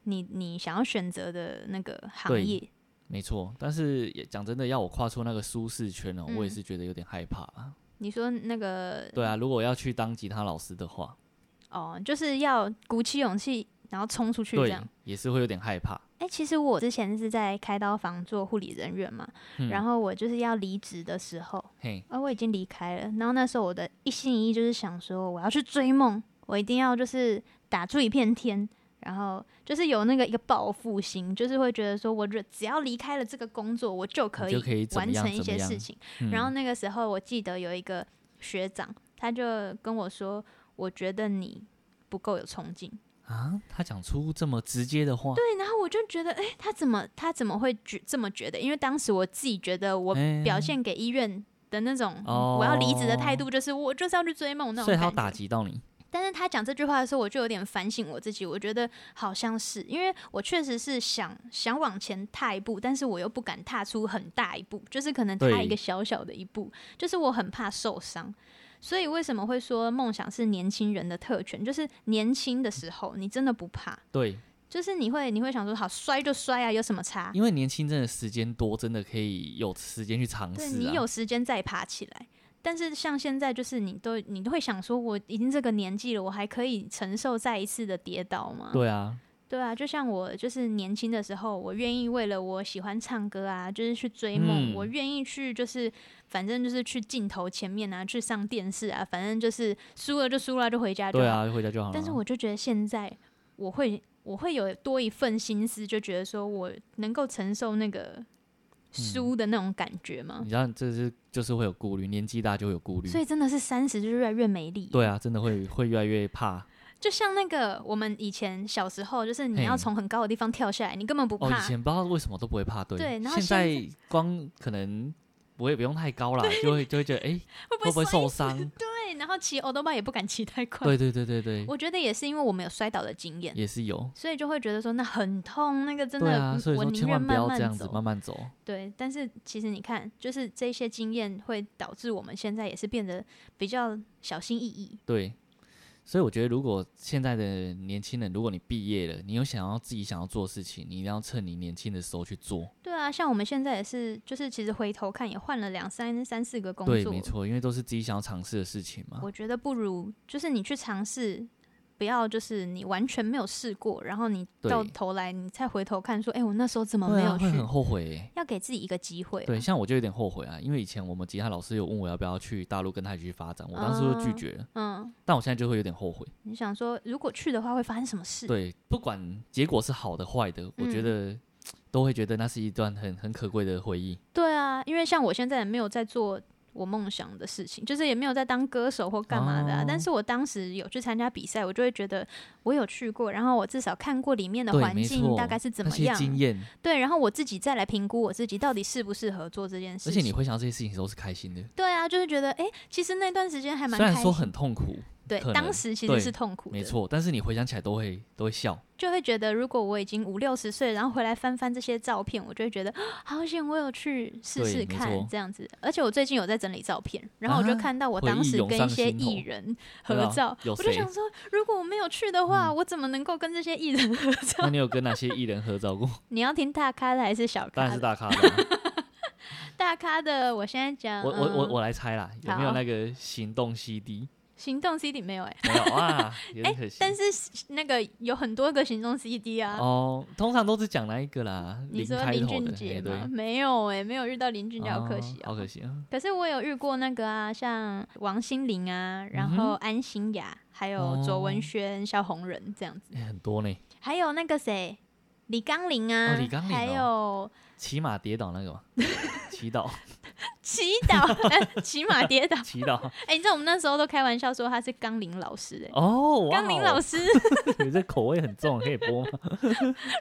Speaker 3: 你你想要选择的那个行
Speaker 2: 对
Speaker 3: 业。
Speaker 2: 没错。但是也讲真的，要我跨出那个舒适圈哦、
Speaker 3: 嗯
Speaker 2: 我也是觉得有点害怕啦。
Speaker 3: 你说那个
Speaker 2: 对啊，如果要去当吉他老师的话，
Speaker 3: 哦，就是要鼓起勇气，然后冲出去这
Speaker 2: 对
Speaker 3: 样。，
Speaker 2: 也是会有点害怕。
Speaker 3: 哎、其实我之前是在开刀房做护理人员嘛，
Speaker 2: 嗯
Speaker 3: 然后我就是要离职的时候，
Speaker 2: 嘿，
Speaker 3: 啊，我已经离开了。然后那时候我的一心一意就是想说，我要去追梦，我一定要就是打出一片天，然后就是有那个一个报复心，就是会觉得说我只只要离开了这个工作，我就可
Speaker 2: 你就可以
Speaker 3: 以
Speaker 2: 怎么
Speaker 3: 完
Speaker 2: 样
Speaker 3: 成一
Speaker 2: 怎
Speaker 3: 些
Speaker 2: 么样
Speaker 3: 事情。
Speaker 2: 嗯
Speaker 3: 然后那个时候我记得有一个学长，他就跟我说，我觉得你不够有冲劲。
Speaker 2: 啊，他讲出这么直接的话，
Speaker 3: 对，然后我就觉得，哎、他怎么他怎么会觉这么觉得？因为当时我自己觉得我
Speaker 2: 哎
Speaker 3: 表现给医院的那种、
Speaker 2: 哦
Speaker 3: 我要离职的态度，就是我就是要去追梦那种
Speaker 2: 所以
Speaker 3: 感
Speaker 2: 他
Speaker 3: 觉。
Speaker 2: 要打击到你。
Speaker 3: 但是他讲这句话的时候，我就有点反省我自己，我觉得好像是因为我确实是想想往前踏一步，但是我又不敢踏出很大一步，就是可能踏
Speaker 2: 对
Speaker 3: 一个小小的一步，就是我很怕受伤。所以为什么会说梦想是年轻人的特权？就是年轻的时候，你真的不怕，
Speaker 2: 对，
Speaker 3: 就是你会你会想说，好摔就摔啊，有什么差？
Speaker 2: 因为年轻真的时间多，真的可以有时间去尝
Speaker 3: 对
Speaker 2: 试、啊。
Speaker 3: 你有时间再爬起来。但是像现在，就是你都你都会想说，我已经这个年纪了，我还可以承受再一次的跌倒吗？
Speaker 2: 对啊，
Speaker 3: 对啊，就像我就是年轻的时候，我愿意为了我喜欢唱歌啊，就是去追梦，
Speaker 2: 嗯
Speaker 3: 我愿意去就是反正就是去镜头前面啊，去上电视啊，反正就是输了就输了，就回家就好
Speaker 2: 对啊，回家就好了。
Speaker 3: 但是我就觉得现在我会我会有多一份心思，就觉得说我能够承受那个
Speaker 2: 嗯
Speaker 3: 输的那种感觉吗？
Speaker 2: 你知道，这是就是会有顾虑，年纪大就会有顾虑
Speaker 3: 所。以真的是三十就越来越没力。
Speaker 2: 对啊，真的会会越来越怕。
Speaker 3: 就像那个我们以前小时候，就是你
Speaker 2: 嘿
Speaker 3: 要从很高的地方跳下来，你根本不
Speaker 2: 哦，
Speaker 3: 怕。
Speaker 2: 以前不知道为什么都不会怕，对。
Speaker 3: 对然后
Speaker 2: 现在光可能我也不用太高啦，就会就会觉得
Speaker 3: (laughs)
Speaker 2: 哎、
Speaker 3: 会不
Speaker 2: 会不会
Speaker 3: 摔
Speaker 2: 受
Speaker 3: (laughs)
Speaker 2: 伤？
Speaker 3: 对，然后骑欧多巴也不敢骑太快。
Speaker 2: 对对对对对，
Speaker 3: 我觉得也是因为我们有摔倒的经验，
Speaker 2: 也是有。
Speaker 3: 所以就会觉得说那很痛，那个真的，
Speaker 2: 对啊，
Speaker 3: 嗯
Speaker 2: 所以
Speaker 3: 我
Speaker 2: 说
Speaker 3: 宁
Speaker 2: 千
Speaker 3: 愿
Speaker 2: 万不
Speaker 3: 慢
Speaker 2: 要这
Speaker 3: 慢
Speaker 2: 样子
Speaker 3: 走。
Speaker 2: 慢慢走。
Speaker 3: 对，但是其实你看，就是这些经验会导致我们现在也是变得比较小心翼翼。
Speaker 2: 对，所以我觉得，如果现在的年轻人，如果你毕业了，你有想要自己想要做的事情，你一定要趁你年轻的时候去做。
Speaker 3: 对啊，像我们现在也是，就是其实回头看也换了两三三四个工
Speaker 2: 对，
Speaker 3: 作
Speaker 2: 没，错，因为都是自己想要尝试的事情嘛。
Speaker 3: 我觉得不如就是你去尝试，不要就是你完全没有试过，然后你
Speaker 2: 对
Speaker 3: 到头来你再回头看说，哎、我那时候怎么
Speaker 2: 对
Speaker 3: 没
Speaker 2: 啊，
Speaker 3: 有
Speaker 2: 会
Speaker 3: 去？
Speaker 2: 很后悔耶、
Speaker 3: 要给自己一个机会啊。
Speaker 2: 对，像我就有点后悔啊，因为以前我们吉他老师有问我要不要去大陆跟他一起去发展，我当时就拒
Speaker 3: 嗯
Speaker 2: 绝了，
Speaker 3: 嗯，
Speaker 2: 但我现在就会有点后悔。
Speaker 3: 你想说如果去的话会发生什么事？
Speaker 2: 对，不管结果是好的坏的，我觉
Speaker 3: 嗯
Speaker 2: 得都会觉得那是一段很很可贵的回忆。
Speaker 3: 对啊，因为像我现在也没有在做我梦想的事情，就是也没有在当歌手或干嘛的、啊。
Speaker 2: 哦
Speaker 3: 但是我当时有去参加比赛，我就会觉得我有去过，然后我至少看过里面的
Speaker 2: 对
Speaker 3: 环
Speaker 2: 没
Speaker 3: 境
Speaker 2: 错
Speaker 3: 大概是怎
Speaker 2: 那
Speaker 3: 么
Speaker 2: 些
Speaker 3: 样，
Speaker 2: 经验，
Speaker 3: 对，然后我自己再来评估我自己到底适不适合做这件事
Speaker 2: 而
Speaker 3: 情。
Speaker 2: 且你会想到这些事情的时候是开心的，
Speaker 3: 对啊，就是觉得哎、诶其实那段时间还蛮
Speaker 2: 虽然
Speaker 3: 开
Speaker 2: 说
Speaker 3: 心。
Speaker 2: 很痛苦，
Speaker 3: 对
Speaker 2: 可，能
Speaker 3: 当时其实
Speaker 2: 对
Speaker 3: 是痛苦的，
Speaker 2: 没，错，但是你回想起来都会都会笑。
Speaker 3: 就会觉得如果我已经五六十岁，然后回来翻翻这些照片，我就会觉得啊好险我有去试
Speaker 2: 对
Speaker 3: 试
Speaker 2: 没
Speaker 3: 看
Speaker 2: 错
Speaker 3: 这样子。而且我最近有在整理照片，然后我就
Speaker 2: 啊
Speaker 3: 看到我
Speaker 2: 回
Speaker 3: 当
Speaker 2: 忆
Speaker 3: 时
Speaker 2: 涌
Speaker 3: 跟一
Speaker 2: 上
Speaker 3: 些
Speaker 2: 心头
Speaker 3: 艺人合
Speaker 2: 对
Speaker 3: 照
Speaker 2: 啊，有
Speaker 3: 我就
Speaker 2: 谁嗯
Speaker 3: 想说，如果我没有去的话，我怎么能够跟这些艺人合
Speaker 2: 那
Speaker 3: 照？ (laughs)
Speaker 2: 你有跟哪些艺人合照过？
Speaker 3: 你要听大咖的还是小
Speaker 2: 当然
Speaker 3: 咖
Speaker 2: 是
Speaker 3: 的？
Speaker 2: 大咖的啊、
Speaker 3: 大咖的，我现在讲，
Speaker 2: 我我
Speaker 3: (laughs)
Speaker 2: 我
Speaker 3: 嗯
Speaker 2: 我来猜啦，有没有
Speaker 3: 好
Speaker 2: 那个行动 CD？
Speaker 3: 行动 CD 没有哎，
Speaker 2: 没有啊，有点可惜。
Speaker 3: 哎但是那个有很多个行动 CD 啊。
Speaker 2: 哦，通常都是讲那一个啦，
Speaker 3: 你说
Speaker 2: 开
Speaker 3: 林
Speaker 2: 头
Speaker 3: 俊
Speaker 2: 的，哎
Speaker 3: 杰
Speaker 2: 对
Speaker 3: 吗？，没有哎，没有遇到林俊杰，好可
Speaker 2: 哦
Speaker 3: 惜哦。
Speaker 2: 好可惜啊。
Speaker 3: 可是我有遇过那个啊，像王心凌啊，然后安心雅，还有卓文萱、萧红人这样子，
Speaker 2: 哎很多呢，
Speaker 3: 还有那个谁，李刚林啊，
Speaker 2: 哦李刚林哦
Speaker 3: 还有 (laughs)
Speaker 2: 骑马跌倒那个嘛，祈祷 (laughs)
Speaker 3: 祈祷，呃骑马跌倒。
Speaker 2: 祈
Speaker 3: (laughs)
Speaker 2: 祷。
Speaker 3: 哎、你知道我们那时候都开玩笑说他是甘霖老师、哎、
Speaker 2: 哦，哇
Speaker 3: 甘霖老师，
Speaker 2: 师，你这口味很重，可以播吗？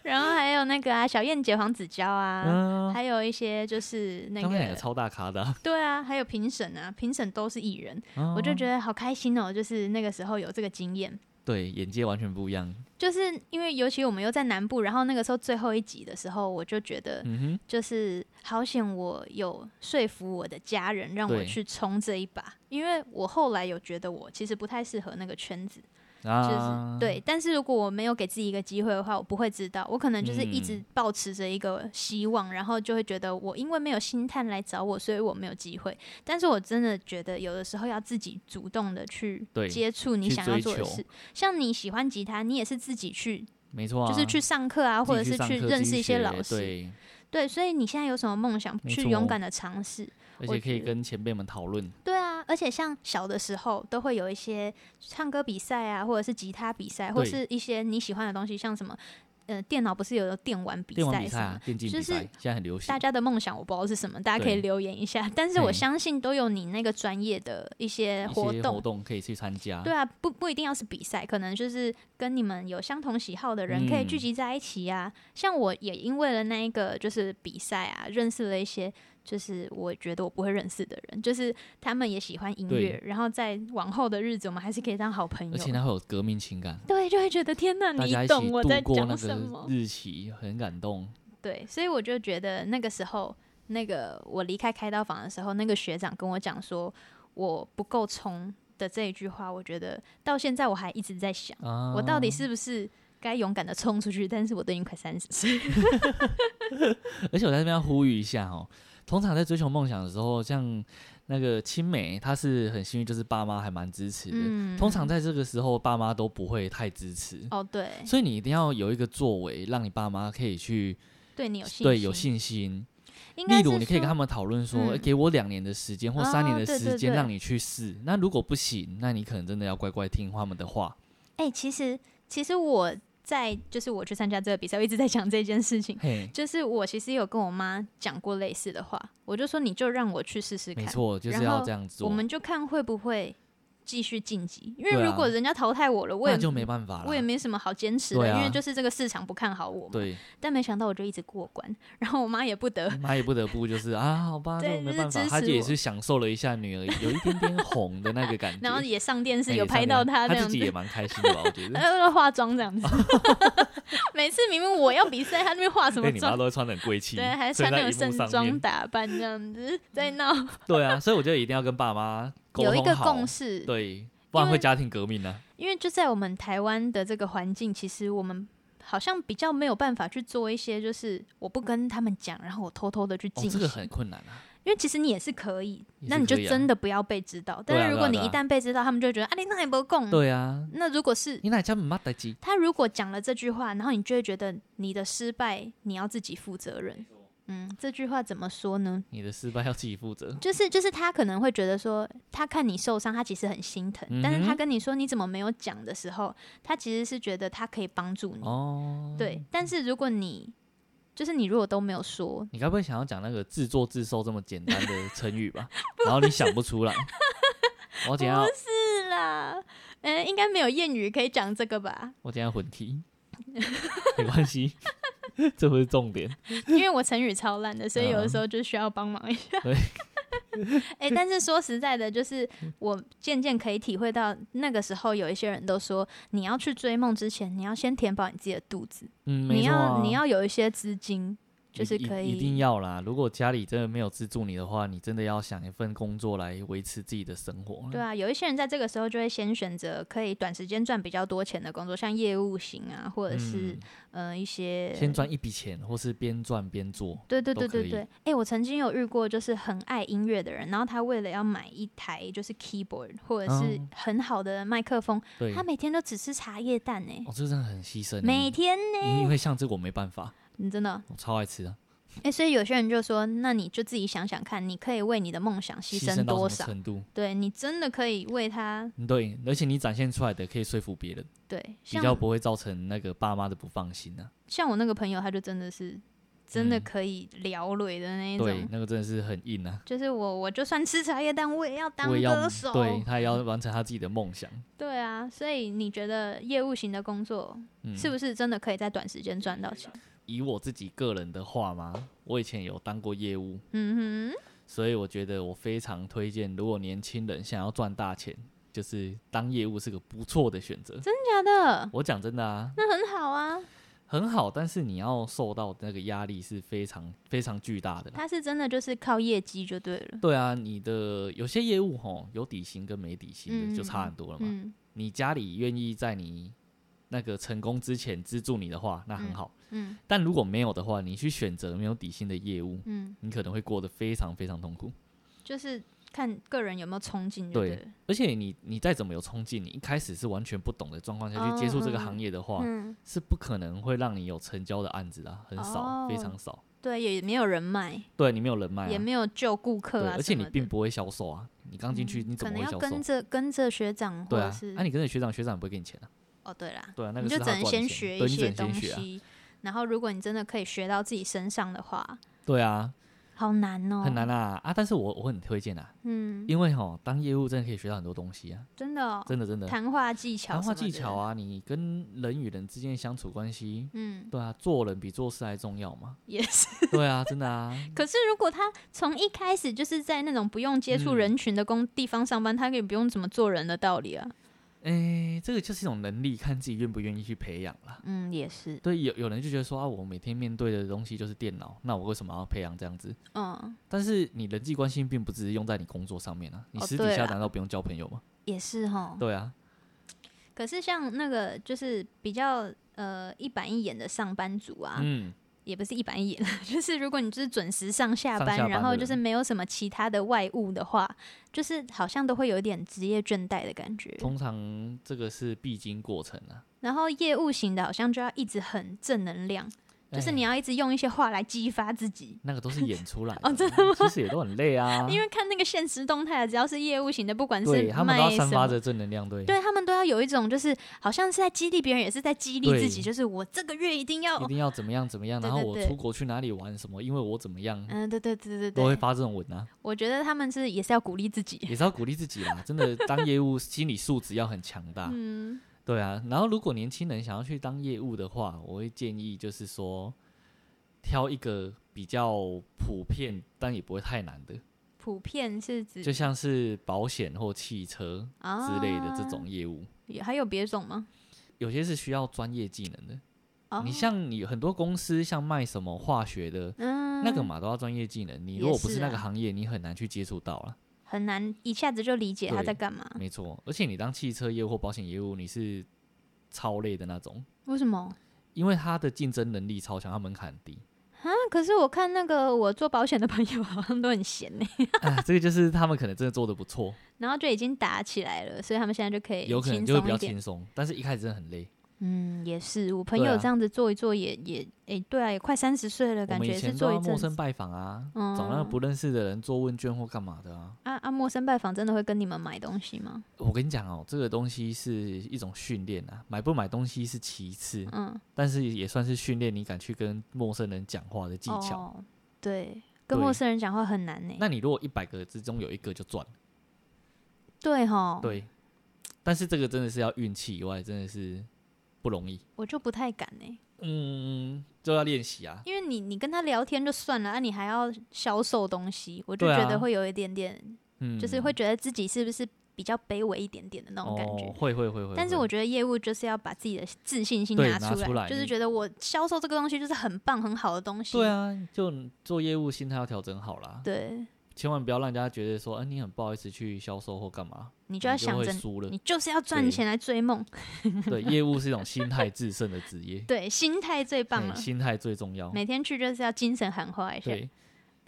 Speaker 3: 然后还有那个啊，小燕姐黄子佼啊，
Speaker 2: (laughs)
Speaker 3: (laughs)
Speaker 2: 嗯，
Speaker 3: 还有一些就是那
Speaker 2: 他们两个
Speaker 3: 个。
Speaker 2: 超大咖的啊，
Speaker 3: 对啊，还有评审啊，评审都是艺人， (laughs) 我就
Speaker 2: 哦
Speaker 3: 觉得好开心哦！就是那个时候有这个经验，
Speaker 2: 嗯对眼界完全不一样。
Speaker 3: 就是因为尤其我们又在南部，然后那个时候最后一集的时候，我就觉得
Speaker 2: 嗯哼，
Speaker 3: 就是好险我有说服我的家人让我
Speaker 2: 对
Speaker 3: 去冲这一把，因为我后来有觉得我其实不太适合那个圈子，就是、
Speaker 2: 啊，，
Speaker 3: 对。但是如果我没有给自己一个机会的话，我不会知道，我可能就是一直
Speaker 2: 嗯
Speaker 3: 保持着一个希望，然后就会觉得我因为没有星探来找我，所以我没有机会。但是我真的觉得有的时候要自己主动的去
Speaker 2: 对
Speaker 3: 接触你
Speaker 2: 去
Speaker 3: 想要
Speaker 2: 追
Speaker 3: 做的
Speaker 2: 求
Speaker 3: 事，像你喜欢吉他，你也是自己去，
Speaker 2: 没错啊，
Speaker 3: 就是去上课啊，或者是
Speaker 2: 自己上
Speaker 3: 去
Speaker 2: 课
Speaker 3: 认
Speaker 2: 自己
Speaker 3: 识一些
Speaker 2: 学
Speaker 3: 老师。
Speaker 2: 对，
Speaker 3: 对，所以你现在有什么梦想，
Speaker 2: 没
Speaker 3: 去
Speaker 2: 错
Speaker 3: 勇敢的尝试。
Speaker 2: 而
Speaker 3: 我
Speaker 2: 且可以
Speaker 3: 觉
Speaker 2: 跟前辈们讨论。
Speaker 3: 对啊，而且像小的时候都会有一些唱歌比赛啊，或者是吉他比赛，或
Speaker 2: 对
Speaker 3: 是一些你喜欢的东西，像什么，呃，电脑不是有电玩比
Speaker 2: 电玩
Speaker 3: 赛
Speaker 2: 比
Speaker 3: 什
Speaker 2: 赛
Speaker 3: 么
Speaker 2: 啊？，电竞
Speaker 3: 就
Speaker 2: 比
Speaker 3: 是
Speaker 2: 赛现在很流行
Speaker 3: 大。家的梦想我不知道是什么，大家可以
Speaker 2: 对
Speaker 3: 留言一下。但是我
Speaker 2: 嘿
Speaker 3: 相信都有你那个专业的一些
Speaker 2: 一
Speaker 3: 活
Speaker 2: 些
Speaker 3: 动
Speaker 2: 活，动可以去参加。
Speaker 3: 对啊，不不一定要是比赛，可能就是跟你们有相同喜好的人可以聚
Speaker 2: 嗯
Speaker 3: 集在一起啊。像我也因为了那一个就是比赛啊，认识了一些就是我觉得我不会认识的人，就是他们也喜欢音乐
Speaker 2: 对，
Speaker 3: 然后在往后的日子我们还是可以当好朋
Speaker 2: 而且
Speaker 3: 友。
Speaker 2: 它会有革命情感，
Speaker 3: 对，就会觉得天呐，
Speaker 2: 大家
Speaker 3: 你
Speaker 2: 一起
Speaker 3: 懂我
Speaker 2: 度
Speaker 3: 在
Speaker 2: 过那
Speaker 3: 讲什
Speaker 2: 个
Speaker 3: 么？
Speaker 2: 日期，很感动。
Speaker 3: 对，所以我就觉得那个时候，那个我离开开刀房的时候，那个学长跟我讲说我不够冲的这一句话，我觉得到现在我还一直在想。
Speaker 2: 啊，
Speaker 3: 我到底是不是该勇敢的冲出去？但是我都已经快三十岁，
Speaker 2: 而且我在这边要呼吁一下哦，通常在追求梦想的时候，像那个青美，她是很幸运，就是爸妈还蛮支持的。
Speaker 3: 嗯
Speaker 2: 通常在这个时候，爸妈都不会太支持，
Speaker 3: 哦，对，
Speaker 2: 所以你一定要有一个作为，让你爸妈可以去
Speaker 3: 对你有信心，
Speaker 2: 对有，信心。
Speaker 3: 应
Speaker 2: 例
Speaker 3: 该
Speaker 2: 如，
Speaker 3: 是
Speaker 2: 你可以跟他
Speaker 3: 说
Speaker 2: 们讨论说，
Speaker 3: 嗯
Speaker 2: 诶给我两年的时间或三年
Speaker 3: 哦对
Speaker 2: 的
Speaker 3: 对
Speaker 2: 时间
Speaker 3: 对
Speaker 2: 让你去试。那如果不行，那你可能真的要乖乖听他们的话。
Speaker 3: 哎、其实其实我在就是我去参加这个比赛，我一直在讲这件事情，
Speaker 2: 嘿，
Speaker 3: 就是我其实有跟我妈讲过类似的话，我就说你就让我去试试
Speaker 2: 没
Speaker 3: 看，
Speaker 2: 错，就是
Speaker 3: 然
Speaker 2: 要
Speaker 3: 后
Speaker 2: 这样做。
Speaker 3: 我们就看会不会继续晋级，因为
Speaker 2: 对啊
Speaker 3: 如果人家淘汰我了，我也
Speaker 2: 那就没办法了。
Speaker 3: 我也没什么好坚持的，
Speaker 2: 对啊
Speaker 3: 因为就是这个市场不看好我嘛。
Speaker 2: 对，
Speaker 3: 但没想到我就一直过关，然后我妈也不
Speaker 2: (laughs)
Speaker 3: 得 (laughs)
Speaker 2: 妈也不得不就是啊，好吧，
Speaker 3: 对
Speaker 2: 这没
Speaker 3: 就是
Speaker 2: 办法
Speaker 3: 支，
Speaker 2: 她
Speaker 3: 持
Speaker 2: 就也
Speaker 3: 我
Speaker 2: 是享受了一下女儿有一点点红的那个
Speaker 3: (laughs)
Speaker 2: 感觉，
Speaker 3: 然后也上电视，
Speaker 2: 哎
Speaker 3: 有
Speaker 2: 也差
Speaker 3: 拍
Speaker 2: 点
Speaker 3: 到
Speaker 2: 她，
Speaker 3: 这
Speaker 2: 自
Speaker 3: 样
Speaker 2: 己也
Speaker 3: 子，
Speaker 2: 蛮开心的吧，我
Speaker 3: (laughs)
Speaker 2: 觉得。
Speaker 3: 然后化妆这样子。 (laughs) 每次明明我要比赛，他那边化什么
Speaker 2: 对，哎你妈
Speaker 3: 妆？
Speaker 2: 都会穿的很贵气，
Speaker 3: 对，还
Speaker 2: 所以
Speaker 3: 穿那
Speaker 2: 在
Speaker 3: 种
Speaker 2: 荧幕
Speaker 3: 盛
Speaker 2: 上面
Speaker 3: (laughs) 装。打扮这样子，在闹。 (laughs)
Speaker 2: 对啊，所以我觉得一定要跟爸妈沟
Speaker 3: 有一
Speaker 2: 通
Speaker 3: 个
Speaker 2: 好
Speaker 3: 共识，
Speaker 2: 对，不然
Speaker 3: 因
Speaker 2: 会
Speaker 3: 为
Speaker 2: 家庭革命
Speaker 3: (laughs)
Speaker 2: 啊呢、
Speaker 3: 因为就在我们台湾的这个环境，其实我们好像比较没有办法去做一些，就是我不跟他们讲，然后我偷偷的去
Speaker 2: 哦，
Speaker 3: 进
Speaker 2: 这
Speaker 3: 行。
Speaker 2: 个很困难啊。
Speaker 3: 因为其实你也是可以，
Speaker 2: 也
Speaker 3: 那
Speaker 2: 是
Speaker 3: 你就
Speaker 2: 可以啊
Speaker 3: 真的不要被知道。
Speaker 2: 对
Speaker 3: 但
Speaker 2: 啊
Speaker 3: 是如
Speaker 2: 对啊
Speaker 3: 果你
Speaker 2: 对
Speaker 3: 一
Speaker 2: 啊
Speaker 3: 旦被知道，他们就会觉得啊，你那也不供。
Speaker 2: 对啊，
Speaker 3: 那如果是
Speaker 2: 你哪家没妈代机？
Speaker 3: 他如果讲了这句话，然后你就会觉得你的失败你要自己负责任。嗯，这句话怎么说呢？
Speaker 2: 你的失败要自己负责。
Speaker 3: 就是就是他可能会觉得说，他看你受伤，他其实很心疼，但
Speaker 2: 嗯
Speaker 3: 是
Speaker 2: 哼
Speaker 3: 他跟你说你怎么没有讲的时候，他其实是觉得他可以帮助你。
Speaker 2: 哦，
Speaker 3: 嗯对，但是如果你就是你如果都没有说，
Speaker 2: 你该不会想要讲那个自作自受这么简单的成语吧？ (laughs) 然后你想不
Speaker 3: (laughs)
Speaker 2: 出来，我今天要
Speaker 3: 是啦，嗯，应该没有谚语可以讲这个吧？
Speaker 2: 我今天要混题， (laughs) 没关系， (laughs) 这不是重点。
Speaker 3: 因为我成语超烂的，所以有的时候就需要帮忙一下。
Speaker 2: 嗯对
Speaker 3: (laughs) 哎、但是说实在的，就是我渐渐可以体会到，那个时候有一些人都说，你要去追梦之前，你要先填饱你自己的肚子，
Speaker 2: 嗯，没
Speaker 3: 你
Speaker 2: 错、
Speaker 3: 要、
Speaker 2: 啊，
Speaker 3: 你要有一些资金，就是
Speaker 2: 一
Speaker 3: 可以
Speaker 2: 一一定要啦。如果家里真的没有资助你的话，你真的要想一份工作来维持自己的生活。
Speaker 3: 对啊，有一些人在这个时候就会先选择可以短时间赚比较多钱的工作，像业务型啊，或者是、
Speaker 2: 嗯、
Speaker 3: 呃一些
Speaker 2: 先赚一笔钱，或是边赚边做。
Speaker 3: 对对
Speaker 2: 都
Speaker 3: 对
Speaker 2: 可
Speaker 3: 对
Speaker 2: 以
Speaker 3: 对，哎、我曾经有遇过，就是很爱音乐的人，然后他为了要买一台就是 keyboard 或者是
Speaker 2: 嗯
Speaker 3: 很好的麦克风，
Speaker 2: 对，
Speaker 3: 他
Speaker 2: 哦，
Speaker 3: 每天都只吃茶叶蛋呢、
Speaker 2: 这真的很牺牲。欸
Speaker 3: 每天呢、
Speaker 2: 因为像这个我没办法，
Speaker 3: 你真的
Speaker 2: 我超爱吃啊，
Speaker 3: 哎、所以有些人就说，那你就自己想想看，你可以为你的梦想牺
Speaker 2: 牺牲到
Speaker 3: 多
Speaker 2: 什
Speaker 3: 少
Speaker 2: 么？程度？嗯
Speaker 3: 对你真的可以为他
Speaker 2: 对，而且你展现出来的可以说服别人，
Speaker 3: 对，
Speaker 2: 比较
Speaker 3: 像
Speaker 2: 不会造成那个爸妈的不放心啊。
Speaker 3: 像我那个朋友，他就真的是真的
Speaker 2: 嗯
Speaker 3: 可以聊累的那一种。
Speaker 2: 对，那个真的是很硬啊。
Speaker 3: 就是我，我就算吃茶叶蛋，我也要当
Speaker 2: 我也要
Speaker 3: 歌手。
Speaker 2: 对他也要完成他自己的梦想，
Speaker 3: 对啊，所以你觉得业务型的工作
Speaker 2: 嗯，
Speaker 3: 是不是真的可以在短时间赚到钱？
Speaker 2: 以我自己个人的话嘛，我以前有当过业务，
Speaker 3: 嗯哼，
Speaker 2: 所以我觉得我非常推荐，如果年轻人想要赚大钱，就是当业务是个不错的选择。
Speaker 3: 真的假的？
Speaker 2: 我讲真的啊，
Speaker 3: 那很好啊，
Speaker 2: 很好，但是你要受到那个压力是非常非常巨大的啦。
Speaker 3: 他是真的就是靠业绩就对了。
Speaker 2: 对啊，你的有些业务吼有底薪跟没底薪的就
Speaker 3: 嗯
Speaker 2: 差很多了嘛。
Speaker 3: 嗯
Speaker 2: 你家里愿意在你那个成功之前资助你的话，那很
Speaker 3: 嗯
Speaker 2: 好。
Speaker 3: 嗯
Speaker 2: 但如果没有的话，你去选择没有底薪的业务，
Speaker 3: 嗯，
Speaker 2: 你可能会过得非常非常痛苦。
Speaker 3: 就是看个人有没有冲劲就对了。
Speaker 2: 而且你你再怎么有冲劲，你一开始是完全不懂的状况下去接触这个
Speaker 3: 哦嗯
Speaker 2: 行业的话，
Speaker 3: 嗯，
Speaker 2: 是不可能会让你有成交的案子啊，很少，非
Speaker 3: 哦
Speaker 2: 常少。
Speaker 3: 对，也没有人脉，
Speaker 2: 对你没有人脉、啊，
Speaker 3: 也没有救顾
Speaker 2: 对，
Speaker 3: 客啊什么的，嗯
Speaker 2: 而且你并不会销售啊，你刚进去你怎
Speaker 3: 可能
Speaker 2: 么会
Speaker 3: 要
Speaker 2: 销
Speaker 3: 跟
Speaker 2: 售？
Speaker 3: 着跟着学长或
Speaker 2: 对
Speaker 3: 者
Speaker 2: 啊，
Speaker 3: 是
Speaker 2: 那、你跟着学长，学长也不会给你钱啊。
Speaker 3: 哦，对啦，
Speaker 2: 对啊，那
Speaker 3: 你就
Speaker 2: 个
Speaker 3: 是只
Speaker 2: 他
Speaker 3: 能
Speaker 2: 赚
Speaker 3: 先
Speaker 2: 的
Speaker 3: 学
Speaker 2: 钱，
Speaker 3: 一
Speaker 2: 对，你只
Speaker 3: 些
Speaker 2: 能
Speaker 3: 东
Speaker 2: 先学啊。
Speaker 3: 西，然后如果你真的可以学到自己身上的话，
Speaker 2: 对啊，
Speaker 3: 好难哦，
Speaker 2: 很难，啊啊！但是我我很推荐啊，
Speaker 3: 嗯，
Speaker 2: 因为哈，当业务真的可以学到很多东西啊，
Speaker 3: 真的哦，
Speaker 2: 真的真的。
Speaker 3: 谈话技巧，
Speaker 2: 谈话技巧，啊，你跟人与人之间的相处关系，
Speaker 3: 嗯，。
Speaker 2: 对啊，做人比做事还重要嘛 (laughs)
Speaker 3: 也是。
Speaker 2: 对啊，真的啊，
Speaker 3: 可是如果他从一开始就是在那种不用接触
Speaker 2: 嗯
Speaker 3: 人群的工地方上班，他可以不用怎么做人的道理啊，
Speaker 2: 诶，这个就是一种能力，看自己愿不愿意去培养啦。
Speaker 3: 嗯，也是，
Speaker 2: 对，有有人就觉得说啊，我每天面对的东西就是电脑，那我为什么要培养这样子？
Speaker 3: 嗯，
Speaker 2: 但是你人际关系并不只是用在你工作上面啊，你
Speaker 3: 哦
Speaker 2: 私底
Speaker 3: 对
Speaker 2: 下
Speaker 3: 啦哦
Speaker 2: 难道不用交朋友吗？
Speaker 3: 也是哈。
Speaker 2: 对啊，
Speaker 3: 可是像那个就是比较呃一板一眼的上班族啊，
Speaker 2: 嗯，
Speaker 3: 也不是一板一眼， (laughs) 就是如果你就是准时上下班，
Speaker 2: 上下班的人
Speaker 3: 然后就是没有什么其他的外物的话，就是好像都会有一点职业倦怠的感觉。
Speaker 2: 通常这个是必经过程啊，
Speaker 3: 然后业务型的，好像就要一直很正能量，就是
Speaker 2: 哎
Speaker 3: 你要一直用一些话来激发自己。
Speaker 2: 那个都是演出来
Speaker 3: 哦真
Speaker 2: 的啊其实也都很累啊，
Speaker 3: (laughs) 因为看那个现实动态啊，只要是业务型的，不管是
Speaker 2: 对他们都
Speaker 3: 卖
Speaker 2: 要
Speaker 3: 什
Speaker 2: 散发
Speaker 3: 么，
Speaker 2: 着正能量，对，
Speaker 3: 对他们都要有一种就是好像是在激励别人，也是在激励
Speaker 2: 对
Speaker 3: 自己，就是我这个月一定要
Speaker 2: 一，定要怎么样怎么样，
Speaker 3: 对
Speaker 2: 然后
Speaker 3: 对
Speaker 2: 我
Speaker 3: 对
Speaker 2: 出国去哪里玩什么，因为我怎么样，
Speaker 3: 嗯，对对对对
Speaker 2: 都会
Speaker 3: 对，
Speaker 2: 发这种文啊，
Speaker 3: 我觉得他们是也是要鼓励自己，
Speaker 2: 也是要鼓励自己啦。真
Speaker 3: (laughs)
Speaker 2: 的，当业务心理素质要很强大，
Speaker 3: 嗯
Speaker 2: 对啊。然后，如果年轻人想要去当业务的话，我会建议就是说，挑一个比较普遍但也不会太难的，
Speaker 3: 普遍是指
Speaker 2: 就像是保险或汽车之类的这
Speaker 3: 啊
Speaker 2: 种业务，
Speaker 3: 也还有别种吗？
Speaker 2: 有些是需要专业技能的。
Speaker 3: 哦
Speaker 2: 你像你很多公司像卖什么化学的，
Speaker 3: 嗯，
Speaker 2: 那个嘛都要专业技能，你
Speaker 3: 也
Speaker 2: 如果不
Speaker 3: 是
Speaker 2: 是那个
Speaker 3: 啊
Speaker 2: 行业，你很难去接触到啦。
Speaker 3: 很难一下子就理解他
Speaker 2: 对嗯
Speaker 3: 在干嘛。
Speaker 2: 没错，而且你当汽车业务或保险业务，你是超累的那种，
Speaker 3: 为什么
Speaker 2: 因为它的竞争能力超强，它门槛很低。 (laughs)
Speaker 3: 啊？可是我看那个我做保险的朋友好像都很闲呢、
Speaker 2: 啊，这个就是他们可能真的做的不
Speaker 3: (laughs)
Speaker 2: 错，
Speaker 3: 然后就已经打起来了，所以他们现在就可以
Speaker 2: 有可能
Speaker 3: 轻
Speaker 2: 就会
Speaker 3: 松
Speaker 2: 比较
Speaker 3: 一点。
Speaker 2: 轻松，但是一开始真的很累。
Speaker 3: 嗯，也是，我朋
Speaker 2: 对啊
Speaker 3: 友这样子做一做也、也诶，对啊，也快三十岁了，
Speaker 2: 我
Speaker 3: 感
Speaker 2: 们
Speaker 3: 觉
Speaker 2: 以
Speaker 3: 也是
Speaker 2: 前都
Speaker 3: 做
Speaker 2: 要
Speaker 3: 一阵
Speaker 2: 陌
Speaker 3: 子
Speaker 2: 生拜访啊，
Speaker 3: 嗯
Speaker 2: 找那个不认识的人做问卷或干嘛的啊。
Speaker 3: 啊啊，陌生拜访真的会跟你们买东西吗？
Speaker 2: 我跟你讲哦，这个东西是一种训练啊，买不买东西是其次，
Speaker 3: 嗯，
Speaker 2: 但是也算是训练你敢去跟陌生人讲话的技巧。
Speaker 3: 哦、对，跟
Speaker 2: 对
Speaker 3: 陌生人讲话很难呢、
Speaker 2: 那你如果一百个之中有一个就赚了，
Speaker 3: 对哈，
Speaker 2: 对。但是这个真的是要运气以外，真的是不容易。
Speaker 3: 我就不太敢呢、
Speaker 2: 嗯，就要练习啊。
Speaker 3: 因为你你跟他聊天就算了，啊，你还要销售东西，我就
Speaker 2: 对啊
Speaker 3: 觉得会有一点点，
Speaker 2: 嗯，
Speaker 3: 就是会觉得自己是不是比较卑微一点点的那种感觉。
Speaker 2: 哦、会会会会。
Speaker 3: 但是
Speaker 2: 会
Speaker 3: 我觉得业务就是要把自己的自信心
Speaker 2: 对
Speaker 3: 拿
Speaker 2: 拿
Speaker 3: 出来，
Speaker 2: 出来
Speaker 3: 就是
Speaker 2: 你
Speaker 3: 觉得我销售这个东西就是很棒很好的东西。
Speaker 2: 对，啊，就做业务心态要调整好啦，
Speaker 3: 对，
Speaker 2: 千万不要让人家觉得说，哎、你很不好意思去销售或干嘛，
Speaker 3: 你
Speaker 2: 你
Speaker 3: 就要想
Speaker 2: 会
Speaker 3: 着
Speaker 2: 输了
Speaker 3: 你。就是要赚
Speaker 2: 对
Speaker 3: 钱来追梦，，
Speaker 2: 对，业务是一种心态制胜的职业
Speaker 3: 对，心态最 (laughs) 棒啊
Speaker 2: 嗯
Speaker 3: 了。
Speaker 2: 心态最重要。
Speaker 3: 每天去就是要精神喊话一下。
Speaker 2: 对，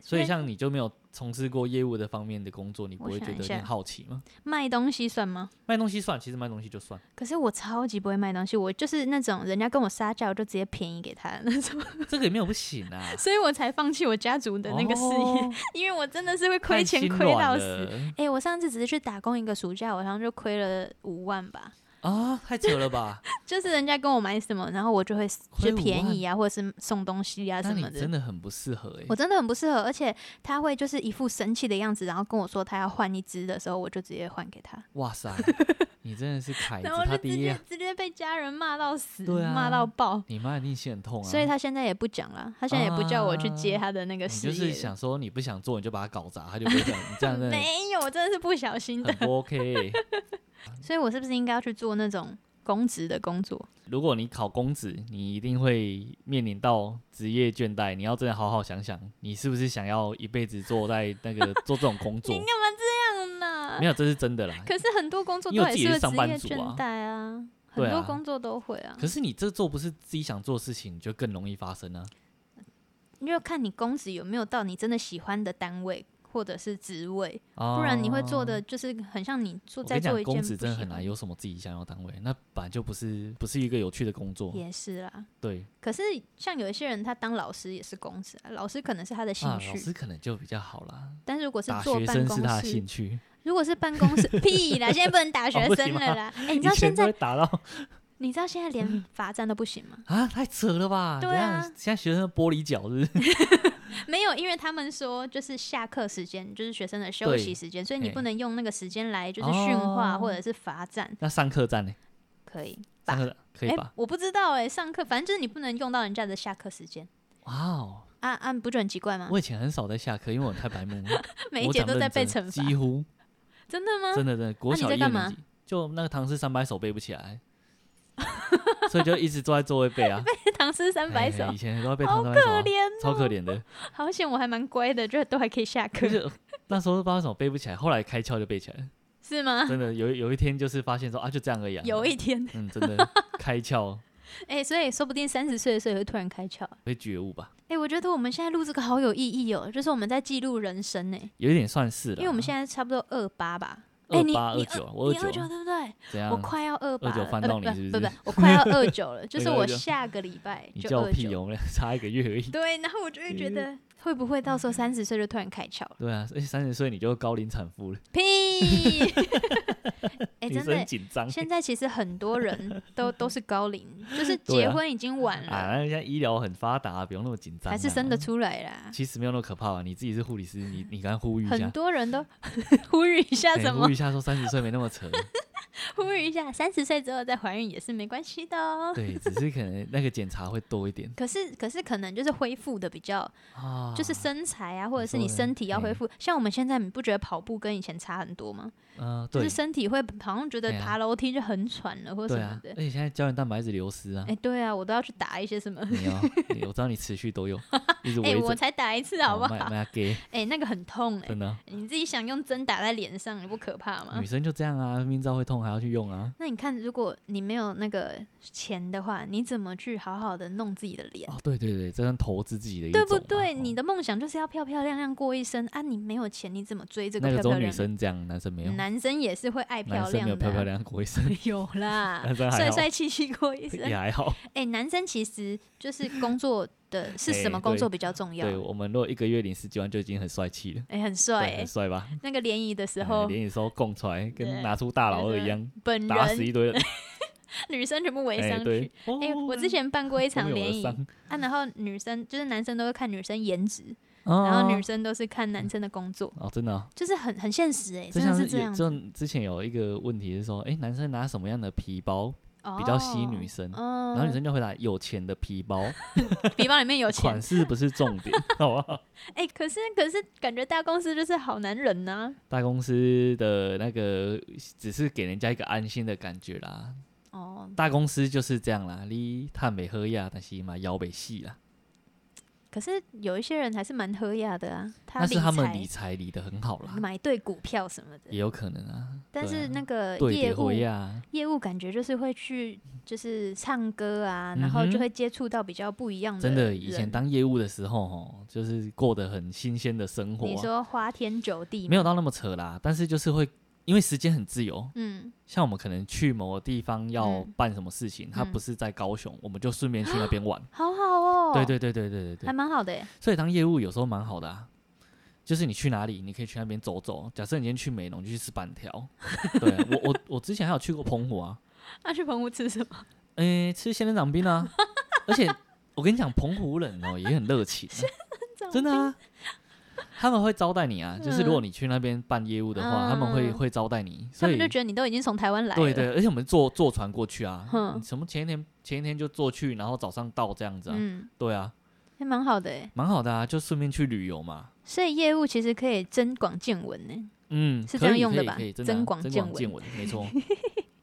Speaker 2: 所以像你就没有从事过业务的方面的工作，你不
Speaker 3: 我
Speaker 2: 会
Speaker 3: 想
Speaker 2: 觉
Speaker 3: 一
Speaker 2: 得有
Speaker 3: 下
Speaker 2: 点好奇吗？
Speaker 3: 卖东西算吗？
Speaker 2: 卖东西算，其实卖东西就算。
Speaker 3: 可是我超级不会卖东西，我就是那种人家跟我杀价，我就直接便宜给他的那种。 (laughs)。
Speaker 2: 这个也没有不行啊
Speaker 3: 所以我才放弃我家 (laughs) 族的那个事业，
Speaker 2: 哦
Speaker 3: 因为我真的是会 (laughs) 亏钱
Speaker 2: 太心
Speaker 3: 亏到
Speaker 2: 软
Speaker 3: 死。
Speaker 2: 了
Speaker 3: 哎、我上次只是去打工一个暑假，我好像就亏了五万吧。
Speaker 2: 啊，太扯
Speaker 3: (laughs)
Speaker 2: 了吧！
Speaker 3: 就是人家跟我买什么，然后我就会
Speaker 2: 挥
Speaker 3: 就
Speaker 2: 舞
Speaker 3: 便宜啊，或者是送东西啊
Speaker 2: 那
Speaker 3: 什
Speaker 2: 你
Speaker 3: 么的。
Speaker 2: 真的很不适合哎、
Speaker 3: 我真的很不适合，而且他会就是一副生气的样子，然后跟我说他要换一只的时候，我就直接换给他，
Speaker 2: 哇塞，
Speaker 3: (laughs)
Speaker 2: 你真的是凯子
Speaker 3: 然后我
Speaker 2: 他
Speaker 3: 就直
Speaker 2: 爹
Speaker 3: 接
Speaker 2: 啊！
Speaker 3: 直接被家人骂到死，
Speaker 2: 对啊
Speaker 3: 骂到爆。
Speaker 2: 你妈一定心很痛啊！
Speaker 3: 所以他现在也不讲了，他现在也不叫我去接
Speaker 2: 啊
Speaker 3: 他的那个
Speaker 2: 你
Speaker 3: 事
Speaker 2: 就
Speaker 3: 业了。
Speaker 2: 是
Speaker 3: (laughs)
Speaker 2: 想说你不想做，你就把它搞砸，他就不会讲。你这样嗯真的
Speaker 3: 没有，我真的是不小心的
Speaker 2: 很。不 OK。欸
Speaker 3: 所以我是不是应该要去做那种公职的工作？
Speaker 2: 如果你考公职，你一定会面临到职业倦怠。你要真的好好想想，你是不是想要一辈子做在那
Speaker 3: (laughs)
Speaker 2: 个做这种工
Speaker 3: 你
Speaker 2: 作
Speaker 3: 干？嘛这样呢
Speaker 2: 没？有，这是真的啦。
Speaker 3: 可是很多工作
Speaker 2: 因
Speaker 3: 都
Speaker 2: 为
Speaker 3: 还
Speaker 2: 自己
Speaker 3: 是会
Speaker 2: 是上
Speaker 3: 职
Speaker 2: 班
Speaker 3: 业
Speaker 2: 族
Speaker 3: 倦
Speaker 2: 啊
Speaker 3: 怠啊，
Speaker 2: 对
Speaker 3: 很多
Speaker 2: 啊
Speaker 3: 工作都会啊。
Speaker 2: 可是你这做不是自己想做的事情，就更容易发生啊。
Speaker 3: 因为看你公职有没有到你真的喜欢的单位或者是职位，
Speaker 2: 啊
Speaker 3: 不然你会做的就是很像你做
Speaker 2: 我
Speaker 3: 在
Speaker 2: 跟你
Speaker 3: 做
Speaker 2: 讲，
Speaker 3: 一
Speaker 2: 公
Speaker 3: 件
Speaker 2: 职
Speaker 3: 不
Speaker 2: 真的
Speaker 3: 喜
Speaker 2: 很难
Speaker 3: 欢
Speaker 2: 有什么自己想要的单位，那本来就不是不是一个有趣的工作。
Speaker 3: 也是啦。
Speaker 2: 对
Speaker 3: 可是像有一些人，他当老师也是公职、啊，老师可能是他的兴
Speaker 2: 啊，
Speaker 3: 趣，
Speaker 2: 老师可能就比较好啦。
Speaker 3: 但如果是
Speaker 2: 打
Speaker 3: 坐
Speaker 2: 学
Speaker 3: 办
Speaker 2: 生是他
Speaker 3: 公
Speaker 2: 的兴
Speaker 3: 室，
Speaker 2: 趣，
Speaker 3: 如果是办
Speaker 2: (laughs)
Speaker 3: 公室，屁啦，现在不能打
Speaker 2: 哦
Speaker 3: 学
Speaker 2: 不
Speaker 3: 生
Speaker 2: 行
Speaker 3: 了
Speaker 2: 吗
Speaker 3: 啦。哎、你
Speaker 2: 你
Speaker 3: 知道现在
Speaker 2: 会打到
Speaker 3: 你知道现在连
Speaker 2: 嗯
Speaker 3: 罚站都不行吗？ (laughs)
Speaker 2: 啊，太扯了吧？
Speaker 3: 对
Speaker 2: 这样
Speaker 3: 啊
Speaker 2: 现在学生的玻璃脚是不 (laughs) 是？
Speaker 3: 没有，因为他们说就是下课时间就是学生的休
Speaker 2: 对
Speaker 3: 息时间，所以你
Speaker 2: 嘿
Speaker 3: 不能用那个时间来就是训话
Speaker 2: 哦
Speaker 3: 或者是罚站，
Speaker 2: 那上课站呢？
Speaker 3: 可以。吧
Speaker 2: 上课可
Speaker 3: 哎，
Speaker 2: 以吧？
Speaker 3: 我不知道哎、上课反正就是你不能用到人家的下课时间
Speaker 2: 哇哦，
Speaker 3: 啊啊，不就很奇怪吗？
Speaker 2: 我以前很少在下课，因为我很太白目了，
Speaker 3: (laughs) 每一
Speaker 2: 我
Speaker 3: 节
Speaker 2: 讲
Speaker 3: 都在
Speaker 2: 认
Speaker 3: 被
Speaker 2: 真
Speaker 3: 惩罚，
Speaker 2: 几乎
Speaker 3: (laughs) 真的吗？
Speaker 2: 真的真的，国
Speaker 3: 那你
Speaker 2: 小
Speaker 3: 在
Speaker 2: 一
Speaker 3: 干
Speaker 2: 二
Speaker 3: 嘛 (laughs)
Speaker 2: 年级就那个唐诗三百首背不起来，所以就一直坐在座位
Speaker 3: (laughs)
Speaker 2: 背啊，
Speaker 3: 唐诗三百首 (laughs)
Speaker 2: 哎，以前都要背
Speaker 3: 好可
Speaker 2: 唐诗三百首啊，
Speaker 3: 怜哦，
Speaker 2: 超可
Speaker 3: (laughs)
Speaker 2: 怜的。
Speaker 3: 好险，我还蛮乖的，就都还可以下课
Speaker 2: 可，是那时候不知道为什么背不起来，后来开窍就背起来
Speaker 3: (laughs)
Speaker 2: 了。
Speaker 3: 是吗？
Speaker 2: 真的有一有一天就是发现说啊，就这样而已、啊。
Speaker 3: 有一天，
Speaker 2: 嗯，真的开窍 (laughs)
Speaker 3: 哎、所以说不定三十岁的时候也会突然开窍。
Speaker 2: 会觉悟吧，
Speaker 3: 哎、我觉得我们现在录这个好有意义哦，就是我们在记录人生呢、
Speaker 2: 有一点算是了。
Speaker 3: 因为我们现
Speaker 2: 在
Speaker 3: 在差不多二八吧，哎
Speaker 2: 二
Speaker 3: 你
Speaker 2: 八
Speaker 3: 你
Speaker 2: 二九，啊我
Speaker 3: 你二
Speaker 2: 二
Speaker 3: 九
Speaker 2: 九
Speaker 3: 对不对？
Speaker 2: 怎样？
Speaker 3: 我快要二八
Speaker 2: 29
Speaker 3: 了，
Speaker 2: 翻
Speaker 3: 呃
Speaker 2: 到
Speaker 3: 不
Speaker 2: 你是
Speaker 3: 不
Speaker 2: 不
Speaker 3: 不
Speaker 2: 是
Speaker 3: 不，我
Speaker 2: (laughs)
Speaker 3: 快要二九了，就是
Speaker 2: 没有
Speaker 3: 我
Speaker 2: 29
Speaker 3: 下个礼拜
Speaker 2: 你
Speaker 3: 就
Speaker 2: 叫
Speaker 3: 二
Speaker 2: 屁
Speaker 3: 九
Speaker 2: 哦，我们俩 (laughs) 差一个月
Speaker 3: (laughs)
Speaker 2: 而已。
Speaker 3: 对，然后我就会觉得，会不会到时候三十岁就突然开窍了？
Speaker 2: 对啊，而且三十岁你就高龄产妇了， (laughs)
Speaker 3: 屁！哎、
Speaker 2: 女
Speaker 3: 真
Speaker 2: 生
Speaker 3: 的，
Speaker 2: 紧张。
Speaker 3: 现在其实很多人都都是高龄，就是
Speaker 2: (laughs) 对
Speaker 3: 结
Speaker 2: 啊
Speaker 3: 婚已经晚了，
Speaker 2: 啊，那现在医疗很发达，不用那么紧张。啊
Speaker 3: 还是生得？出来啦。
Speaker 2: 其实没有那么可怕啊，你自己是护理师，你你刚呼吁一
Speaker 3: 很
Speaker 2: 下，
Speaker 3: 多人都 (laughs) 呼吁一下
Speaker 2: 哎
Speaker 3: 什
Speaker 2: 呼
Speaker 3: 么
Speaker 2: 吁？一下说三十岁没那么扯。
Speaker 3: 呼吁一下，三十岁之后再怀孕也是没关系的哦。
Speaker 2: 对，只是可能那个检查会多一点
Speaker 3: 可是，可是可能就是恢复的比较，
Speaker 2: 啊，哎
Speaker 3: 就是身材啊，或者
Speaker 2: 你
Speaker 3: 是
Speaker 2: 说
Speaker 3: 你
Speaker 2: 的
Speaker 3: 身体要恢
Speaker 2: 嘿
Speaker 3: 复。像我们现在，你不觉得跑步跟以前差很多吗？
Speaker 2: 嗯，
Speaker 3: 就
Speaker 2: 对
Speaker 3: 是，身体会好像觉得
Speaker 2: 哎呀
Speaker 3: 爬楼梯就很喘了，或什
Speaker 2: 对
Speaker 3: 么
Speaker 2: 啊，
Speaker 3: 的
Speaker 2: 而。且现在胶原蛋白一直流失啊
Speaker 3: 哎、，对啊，我都要去打一些什么？
Speaker 2: (laughs) 你要，你我知道你持
Speaker 3: (laughs)
Speaker 2: 续都有，一直
Speaker 3: 哎、
Speaker 2: 围
Speaker 3: 我
Speaker 2: 着，哦
Speaker 3: 才打一次好不好？
Speaker 2: 卖
Speaker 3: 哎、
Speaker 2: 卖给，
Speaker 3: 那个很痛哎、嗯
Speaker 2: 真的啊，
Speaker 3: 你自己想用针打在脸上，你不可怕吗
Speaker 2: 女？生就这样啊，明知道会痛还要去用啊。
Speaker 3: 那你看，如果你没有那个钱的话，你怎么去好好的弄自己的脸？
Speaker 2: 哦，对对对，这算投资自己的一种
Speaker 3: 对
Speaker 2: 啊，
Speaker 3: 不对？
Speaker 2: 哦
Speaker 3: 你的梦想就是要漂漂亮亮过一生啊！你没有钱，你怎么追这个
Speaker 2: 那个
Speaker 3: 漂
Speaker 2: 只有
Speaker 3: 漂
Speaker 2: 女
Speaker 3: 亮亮？
Speaker 2: 生这样，男生没有，
Speaker 3: 男生也是会爱
Speaker 2: 男
Speaker 3: 漂
Speaker 2: 生
Speaker 3: 亮的、啊
Speaker 2: 没有漂漂亮过一生，
Speaker 3: (laughs) 有啦
Speaker 2: (laughs) 男生，还
Speaker 3: 帅
Speaker 2: 好
Speaker 3: 帅气气过一生。
Speaker 2: (laughs) 也还好。
Speaker 3: 哎、男生其实就是工作
Speaker 2: (laughs)
Speaker 3: 的是什么
Speaker 2: 哎
Speaker 3: 工
Speaker 2: 对
Speaker 3: 作比较重要？
Speaker 2: 对我们如果一个月领十几万就已经很帅气了，
Speaker 3: 哎、很帅、
Speaker 2: 对，
Speaker 3: 哎
Speaker 2: 很帅吧？
Speaker 3: 那个联谊的时
Speaker 2: 哎
Speaker 3: 候，
Speaker 2: 连你说供出来，
Speaker 3: 对
Speaker 2: 跟拿出大佬二一样，
Speaker 3: 本
Speaker 2: 打死
Speaker 3: 人
Speaker 2: 一堆人。
Speaker 3: 女生全部围
Speaker 2: 哎，
Speaker 3: 上
Speaker 2: 对
Speaker 3: 去。，哎、我
Speaker 2: 哦
Speaker 3: 之前办过一
Speaker 2: 一
Speaker 3: 场联谊啊，
Speaker 2: 然
Speaker 3: 然后女生就是男生都会看女生颜值，然
Speaker 2: 哦
Speaker 3: 后女生都是看男生的工作，
Speaker 2: 啊哦，真的哦，
Speaker 3: 就是很很现实哎、
Speaker 2: 就
Speaker 3: 真
Speaker 2: 像
Speaker 3: 的
Speaker 2: 是
Speaker 3: 这样
Speaker 2: 有就之前有一个问题是说，哎，男生拿什么样的皮包比较吸女生？
Speaker 3: 哦，
Speaker 2: 然后女生就回答有钱的皮包，
Speaker 3: 嗯皮包里面有钱
Speaker 2: 款，式不是重点，好不好？ (laughs)
Speaker 3: 哎、可是可是感觉大公司就是好男人呐、
Speaker 2: 大公司的那个只是给人家一个安心的感觉啦，
Speaker 3: 哦，
Speaker 2: 大公司就是这样啦，你碳北喝呀，但是嘛腰北细啦，
Speaker 3: 可是有一些人还是蛮喝雅的啊，他
Speaker 2: 但是他们理
Speaker 3: 理财
Speaker 2: 财理得很好啦，
Speaker 3: 买对股票什么
Speaker 2: 也
Speaker 3: 的，
Speaker 2: 有可能啊。
Speaker 3: 但
Speaker 2: 对
Speaker 3: 是
Speaker 2: 啊
Speaker 3: 那个
Speaker 2: 对
Speaker 3: 业
Speaker 2: 别
Speaker 3: 务
Speaker 2: 回呀，
Speaker 3: 业务感觉就是会去就是唱歌啊，然后
Speaker 2: 嗯
Speaker 3: 就
Speaker 2: 哼
Speaker 3: 会接触到比较不一样
Speaker 2: 真
Speaker 3: 嗯的
Speaker 2: 的，
Speaker 3: 人
Speaker 2: 以前当业务的时候，哦，就是过得很新鲜的生活
Speaker 3: 你
Speaker 2: 啊、
Speaker 3: 说花天酒地
Speaker 2: 没
Speaker 3: 有，
Speaker 2: 有到那么扯啦，但是就是会。因为时间很自由，
Speaker 3: 嗯，
Speaker 2: 像我们可能去某个地方要
Speaker 3: 嗯
Speaker 2: 办什么事情，它
Speaker 3: 嗯
Speaker 2: 不是在高雄，我们就顺便去那边玩。
Speaker 3: 好好哦，
Speaker 2: 对对对对对对对
Speaker 3: 还，蛮好的耶，
Speaker 2: 所以当业务有时候蛮好的啊，就是你去哪里，你可以去那边走走。假设你今天去美浓，就去吃板条。对啊我我我之前还有去过澎湖啊，
Speaker 3: 那去澎湖吃什么？
Speaker 2: 诶、吃仙人掌冰啊！而且我跟你讲，澎湖人哦也很热情啊、真的啊，他们会招待你啊。就是如果你去那边办业务的话，他们会
Speaker 3: 嗯
Speaker 2: 会招待你，
Speaker 3: 他
Speaker 2: 所以
Speaker 3: 们就觉得你都已经从台湾来了，
Speaker 2: 对对，而且我们坐坐船过去啊，
Speaker 3: 哼
Speaker 2: 你什么前一天前一天就坐去，然后早上到这样子啊，
Speaker 3: 嗯，
Speaker 2: 对啊，
Speaker 3: 还蛮好的哎。
Speaker 2: 蛮好的啊，就顺便去旅游嘛。
Speaker 3: 所以业务其实可以增广见闻呢，
Speaker 2: 嗯，
Speaker 3: 是
Speaker 2: 可
Speaker 3: 这样
Speaker 2: 以
Speaker 3: 用
Speaker 2: 可
Speaker 3: 的
Speaker 2: 以
Speaker 3: 吧
Speaker 2: 可以真的啊
Speaker 3: 增
Speaker 2: 增
Speaker 3: 广
Speaker 2: 广
Speaker 3: 见闻
Speaker 2: 见闻，没
Speaker 3: (laughs)
Speaker 2: 错，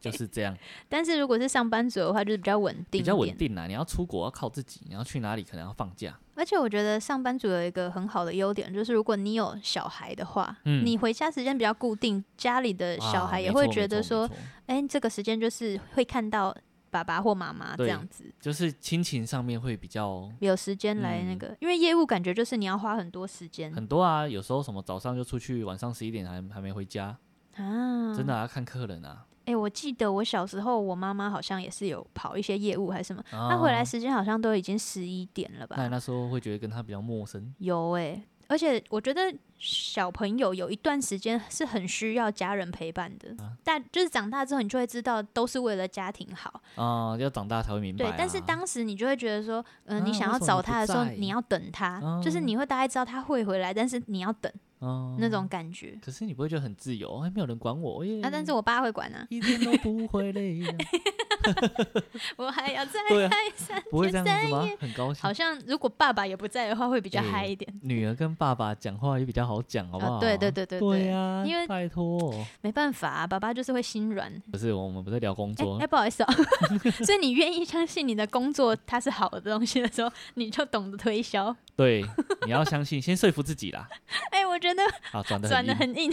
Speaker 2: 就是这样，
Speaker 3: 但是如果是上班族的话，就是比较稳定，
Speaker 2: 比较稳。定啦。啊你要出国要靠自己，你要去哪里可能要放假，
Speaker 3: 而且我觉得上班族有一个很好的优点，就是如果你有小孩的话，
Speaker 2: 嗯
Speaker 3: 你回家时间比较固定，家里的小
Speaker 2: 啊
Speaker 3: 孩也
Speaker 2: 没
Speaker 3: 会
Speaker 2: 错
Speaker 3: 觉
Speaker 2: 没
Speaker 3: 得
Speaker 2: 错没
Speaker 3: 说，
Speaker 2: 错
Speaker 3: 哎、这个时间就是会看到爸爸或妈妈这
Speaker 2: 对
Speaker 3: 样子，
Speaker 2: 就是亲情上面会比较
Speaker 3: 有时间来那
Speaker 2: 嗯
Speaker 3: 个，因为业务感觉就是你要花很多时间
Speaker 2: 很多啊。有时候什么早上就出去，晚上十一点还还没回家，
Speaker 3: 啊，
Speaker 2: 真的。啊，要看客人啊。
Speaker 3: 哎、我记得我小时候，我妈妈好像也是有跑一些业务还是什么，她
Speaker 2: 那
Speaker 3: 回来时间好像都已经十一点了吧？
Speaker 2: 啊那你那时候会觉得跟他比较陌生，
Speaker 3: 有哎、而且我觉得小朋友有一段时间是很需要家人陪伴的，
Speaker 2: 啊
Speaker 3: 但就是长大之后你就会知道都是为了家庭好，
Speaker 2: 啊、要长大才会明白、
Speaker 3: 对
Speaker 2: 啊。。
Speaker 3: 但是当时你就会觉得说，嗯、
Speaker 2: 啊
Speaker 3: 你想要
Speaker 2: 为什么你
Speaker 3: 找
Speaker 2: 不
Speaker 3: 他的时候，
Speaker 2: 在
Speaker 3: 你要等他，就是
Speaker 2: 哦
Speaker 3: 你会大概知道他会回来，但是你要等、
Speaker 2: 嗯
Speaker 3: 那种感觉
Speaker 2: 可是你不会觉得很自由？哎，没有人管我耶！
Speaker 3: 啊。但是我爸会管啊， (laughs)
Speaker 2: 一天都不会累、啊，
Speaker 3: 我还要再
Speaker 2: 对啊
Speaker 3: 嗨 (laughs) 三
Speaker 2: 不会这
Speaker 3: 天三 (laughs)
Speaker 2: 样子吗
Speaker 3: 夜。？
Speaker 2: 很高兴
Speaker 3: 好。像如果爸爸也不在的话，会比较
Speaker 2: 对
Speaker 3: 嗨一点。
Speaker 2: 女儿跟爸爸讲话也比较好讲，好不好？
Speaker 3: 啊对对对对
Speaker 2: 对
Speaker 3: 对
Speaker 2: 啊，
Speaker 3: 因为
Speaker 2: 拜托，
Speaker 3: 没办法、啊，爸爸就是会心软。
Speaker 2: 不是我们不是聊工
Speaker 3: 哎、
Speaker 2: 作
Speaker 3: 哎、，不好意思哦、 (laughs) 所以你愿意相信你的工作它是好的东西的时候，你就懂得推销。
Speaker 2: 对，你要相信，先说服自
Speaker 3: (laughs)
Speaker 2: 己啦。
Speaker 3: 哎、我觉得
Speaker 2: 啊，转的
Speaker 3: 转的
Speaker 2: 很硬，
Speaker 3: 很硬，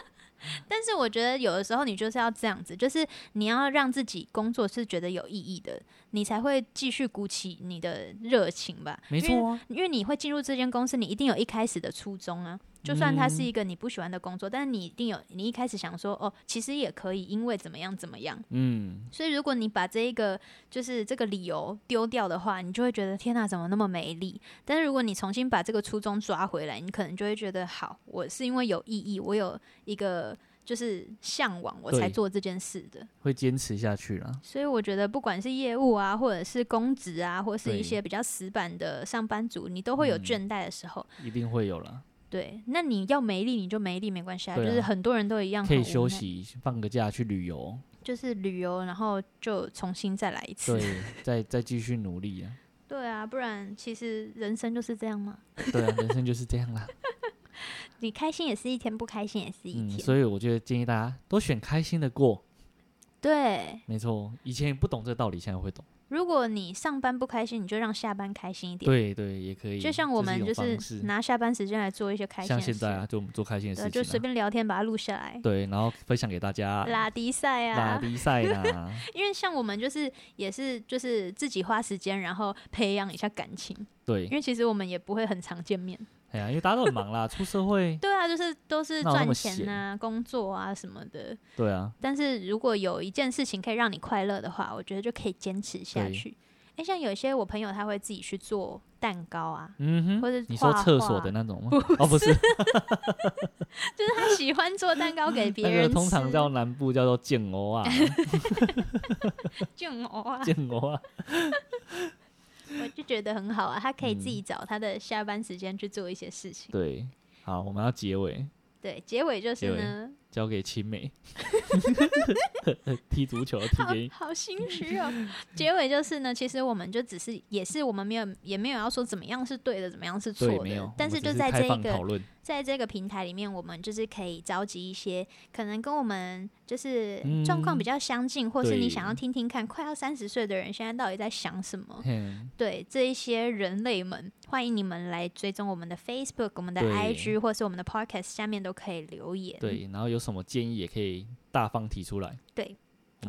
Speaker 3: (laughs) 但是我觉得有的时候你就是要这样子，就是你要让自己工作是觉得有意义的，你才会继续鼓起你的热情吧。
Speaker 2: 没
Speaker 3: 因为
Speaker 2: 错啊。
Speaker 3: 因为你会进入这间公司，你一定有一开始的初衷啊。就算它是一个你不喜欢的工作，但是你一定有，你一开始想说，哦，其实也可以，因为怎么样怎么样。
Speaker 2: 嗯，
Speaker 3: 所以，如果你把这一个就是这个理由丢掉的话，你就会觉得天哪、怎么那么没力？但是如果你重新把这个初衷抓回来，你可能就会觉得，好，我是因为有意义，我有一个就是向往，我才
Speaker 2: 对
Speaker 3: 做这件事的。
Speaker 2: 会坚持下去啦。
Speaker 3: 所以，我觉得不管是业务啊，或者是公职啊，或是一
Speaker 2: 对
Speaker 3: 些比较死板的上班族，你都会有
Speaker 2: 嗯
Speaker 3: 倦怠的时候。
Speaker 2: 一定会有啦。
Speaker 3: 对，那你要没力，你就没力，没关系啊，
Speaker 2: 对
Speaker 3: 就
Speaker 2: 啊
Speaker 3: 是很多人都一样，
Speaker 2: 可以
Speaker 3: 很无
Speaker 2: 休
Speaker 3: 奈，
Speaker 2: 息，放个假去旅
Speaker 3: (laughs)
Speaker 2: 游，
Speaker 3: 就是旅游，然后就重新再来一次。
Speaker 2: 对，再再继续努力啊。
Speaker 3: 对啊，不然其实人生就是这样嘛。
Speaker 2: 对啊，人生就是这样啦。
Speaker 3: 你开心也是一天，不开心也是一
Speaker 2: 嗯，
Speaker 3: 天。
Speaker 2: 所以我觉得建议大家都选开心的过。
Speaker 3: 对，
Speaker 2: 没错，以前不懂这个道理，现在会懂。
Speaker 3: 如果你上班不开心，你就让下班开心一点。
Speaker 2: 对对，也可以。
Speaker 3: 就像我们
Speaker 2: 这
Speaker 3: 就是是
Speaker 2: 一种方式
Speaker 3: 拿下班时间来做一些开心
Speaker 2: 像
Speaker 3: 的事，
Speaker 2: 现在啊，就我们做开心的
Speaker 3: 对，
Speaker 2: 事
Speaker 3: 就随
Speaker 2: 情啊。啊
Speaker 3: 便聊天把它录下来。
Speaker 2: 对，然后分享给大家。
Speaker 3: 拉低赛
Speaker 2: 拉
Speaker 3: 啊，
Speaker 2: 比赛啦，
Speaker 3: 因为像我们就是也是就是自己花时间，然后培养一下感情， (laughs) 因
Speaker 2: 对，
Speaker 3: 为其实我们也不会很常见面。
Speaker 2: 哎呀，因为大家都很忙啦，出社会，
Speaker 3: 对啊，就是都是
Speaker 2: 哪有那
Speaker 3: 赚
Speaker 2: 么
Speaker 3: 钱
Speaker 2: 闲
Speaker 3: 啊、工作啊什么的。
Speaker 2: 对啊，
Speaker 3: 但是如果有一件事情可以让你快乐的话，我觉得就可以坚持下
Speaker 2: 对
Speaker 3: 去。诶，像有些我朋友他会自己去做蛋糕啊，
Speaker 2: 嗯
Speaker 3: 或
Speaker 2: 哼，
Speaker 3: 者
Speaker 2: 你说
Speaker 3: 画
Speaker 2: 厕
Speaker 3: 画
Speaker 2: 所的，那种吗
Speaker 3: 不？
Speaker 2: 哦，不是，
Speaker 3: 就是他喜欢做蛋糕给别
Speaker 2: 那个
Speaker 3: 人吃，
Speaker 2: 通常叫南部叫做建
Speaker 3: (laughs)
Speaker 2: 欧啊，
Speaker 3: 就啊，
Speaker 2: 建欧啊，
Speaker 3: 我就觉得很好啊。他可以自
Speaker 2: 嗯
Speaker 3: 己找他的下班时间去做一些事情。
Speaker 2: 对，好，我们要结尾，
Speaker 3: 对，结尾就是
Speaker 2: 结尾
Speaker 3: 呢，
Speaker 2: 交给青梅， (laughs) 踢足球踢
Speaker 3: 好
Speaker 2: 给你，
Speaker 3: 好心虚
Speaker 2: (laughs)
Speaker 3: 哦。结尾就是呢，其实我们就只是也是我们没有也没有要说怎么样是对的，怎么样是错
Speaker 2: 对，没
Speaker 3: 的
Speaker 2: 有我，
Speaker 3: 但
Speaker 2: 们只
Speaker 3: 就是在
Speaker 2: 开
Speaker 3: 这一
Speaker 2: 放
Speaker 3: 个
Speaker 2: 讨论，
Speaker 3: 在这个平台里面，我们就是可以召集一些可能跟我们就是
Speaker 2: 嗯
Speaker 3: 状况比较相近，或是你
Speaker 2: 对
Speaker 3: 想要听听看快要三十岁的人现在到底在想什么。
Speaker 2: 嗯，
Speaker 3: 对这一些人类们，欢迎你们来追踪我们的 Facebook、我们的
Speaker 2: 对
Speaker 3: IG 或是我们的 Podcast，下面都可以留言。
Speaker 2: 对，然后有什么建议也可以大方提出来，
Speaker 3: 嗯对，
Speaker 2: 我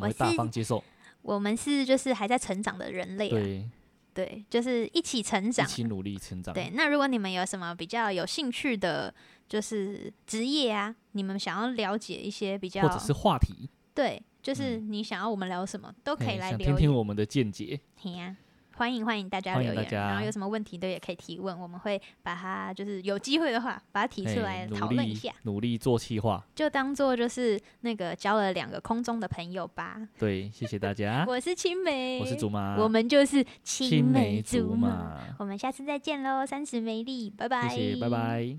Speaker 3: 我
Speaker 2: 们会大
Speaker 3: 是
Speaker 2: 方接受，
Speaker 3: 我们是就是还在成长的人类、啊，
Speaker 2: 对，
Speaker 3: 对，就是一起成
Speaker 2: 一
Speaker 3: 长。
Speaker 2: 起努力成长，
Speaker 3: 对，那如果你们有什么比较有兴趣的，就是职业啊，你们想要了解一些比较，
Speaker 2: 或者是话题，
Speaker 3: 对，就是你想要我们聊什么，都可以
Speaker 2: 嗯
Speaker 3: 来
Speaker 2: 想
Speaker 3: 留
Speaker 2: 听
Speaker 3: 言。
Speaker 2: 听我们的见解，
Speaker 3: 嘿呀、欢迎欢迎大家
Speaker 2: 欢迎
Speaker 3: 留言，
Speaker 2: 大家
Speaker 3: 然后有什么问题都也可以提问，我们会把它就是有机会的话把它提
Speaker 2: 哎
Speaker 3: 出来
Speaker 2: 努
Speaker 3: 讨论一
Speaker 2: 力
Speaker 3: 下，
Speaker 2: 努力做企划。
Speaker 3: 就当做就是那个交了两个空中的朋友吧。
Speaker 2: 对，谢谢大家，
Speaker 3: 我是青梅，
Speaker 2: 啊我是竹马，
Speaker 3: 我们就是青
Speaker 2: 青梅
Speaker 3: 梅
Speaker 2: 竹
Speaker 3: 竹马。
Speaker 2: 马，
Speaker 3: 我们下次再见喽，三十美丽，拜拜，
Speaker 2: 谢谢，拜拜。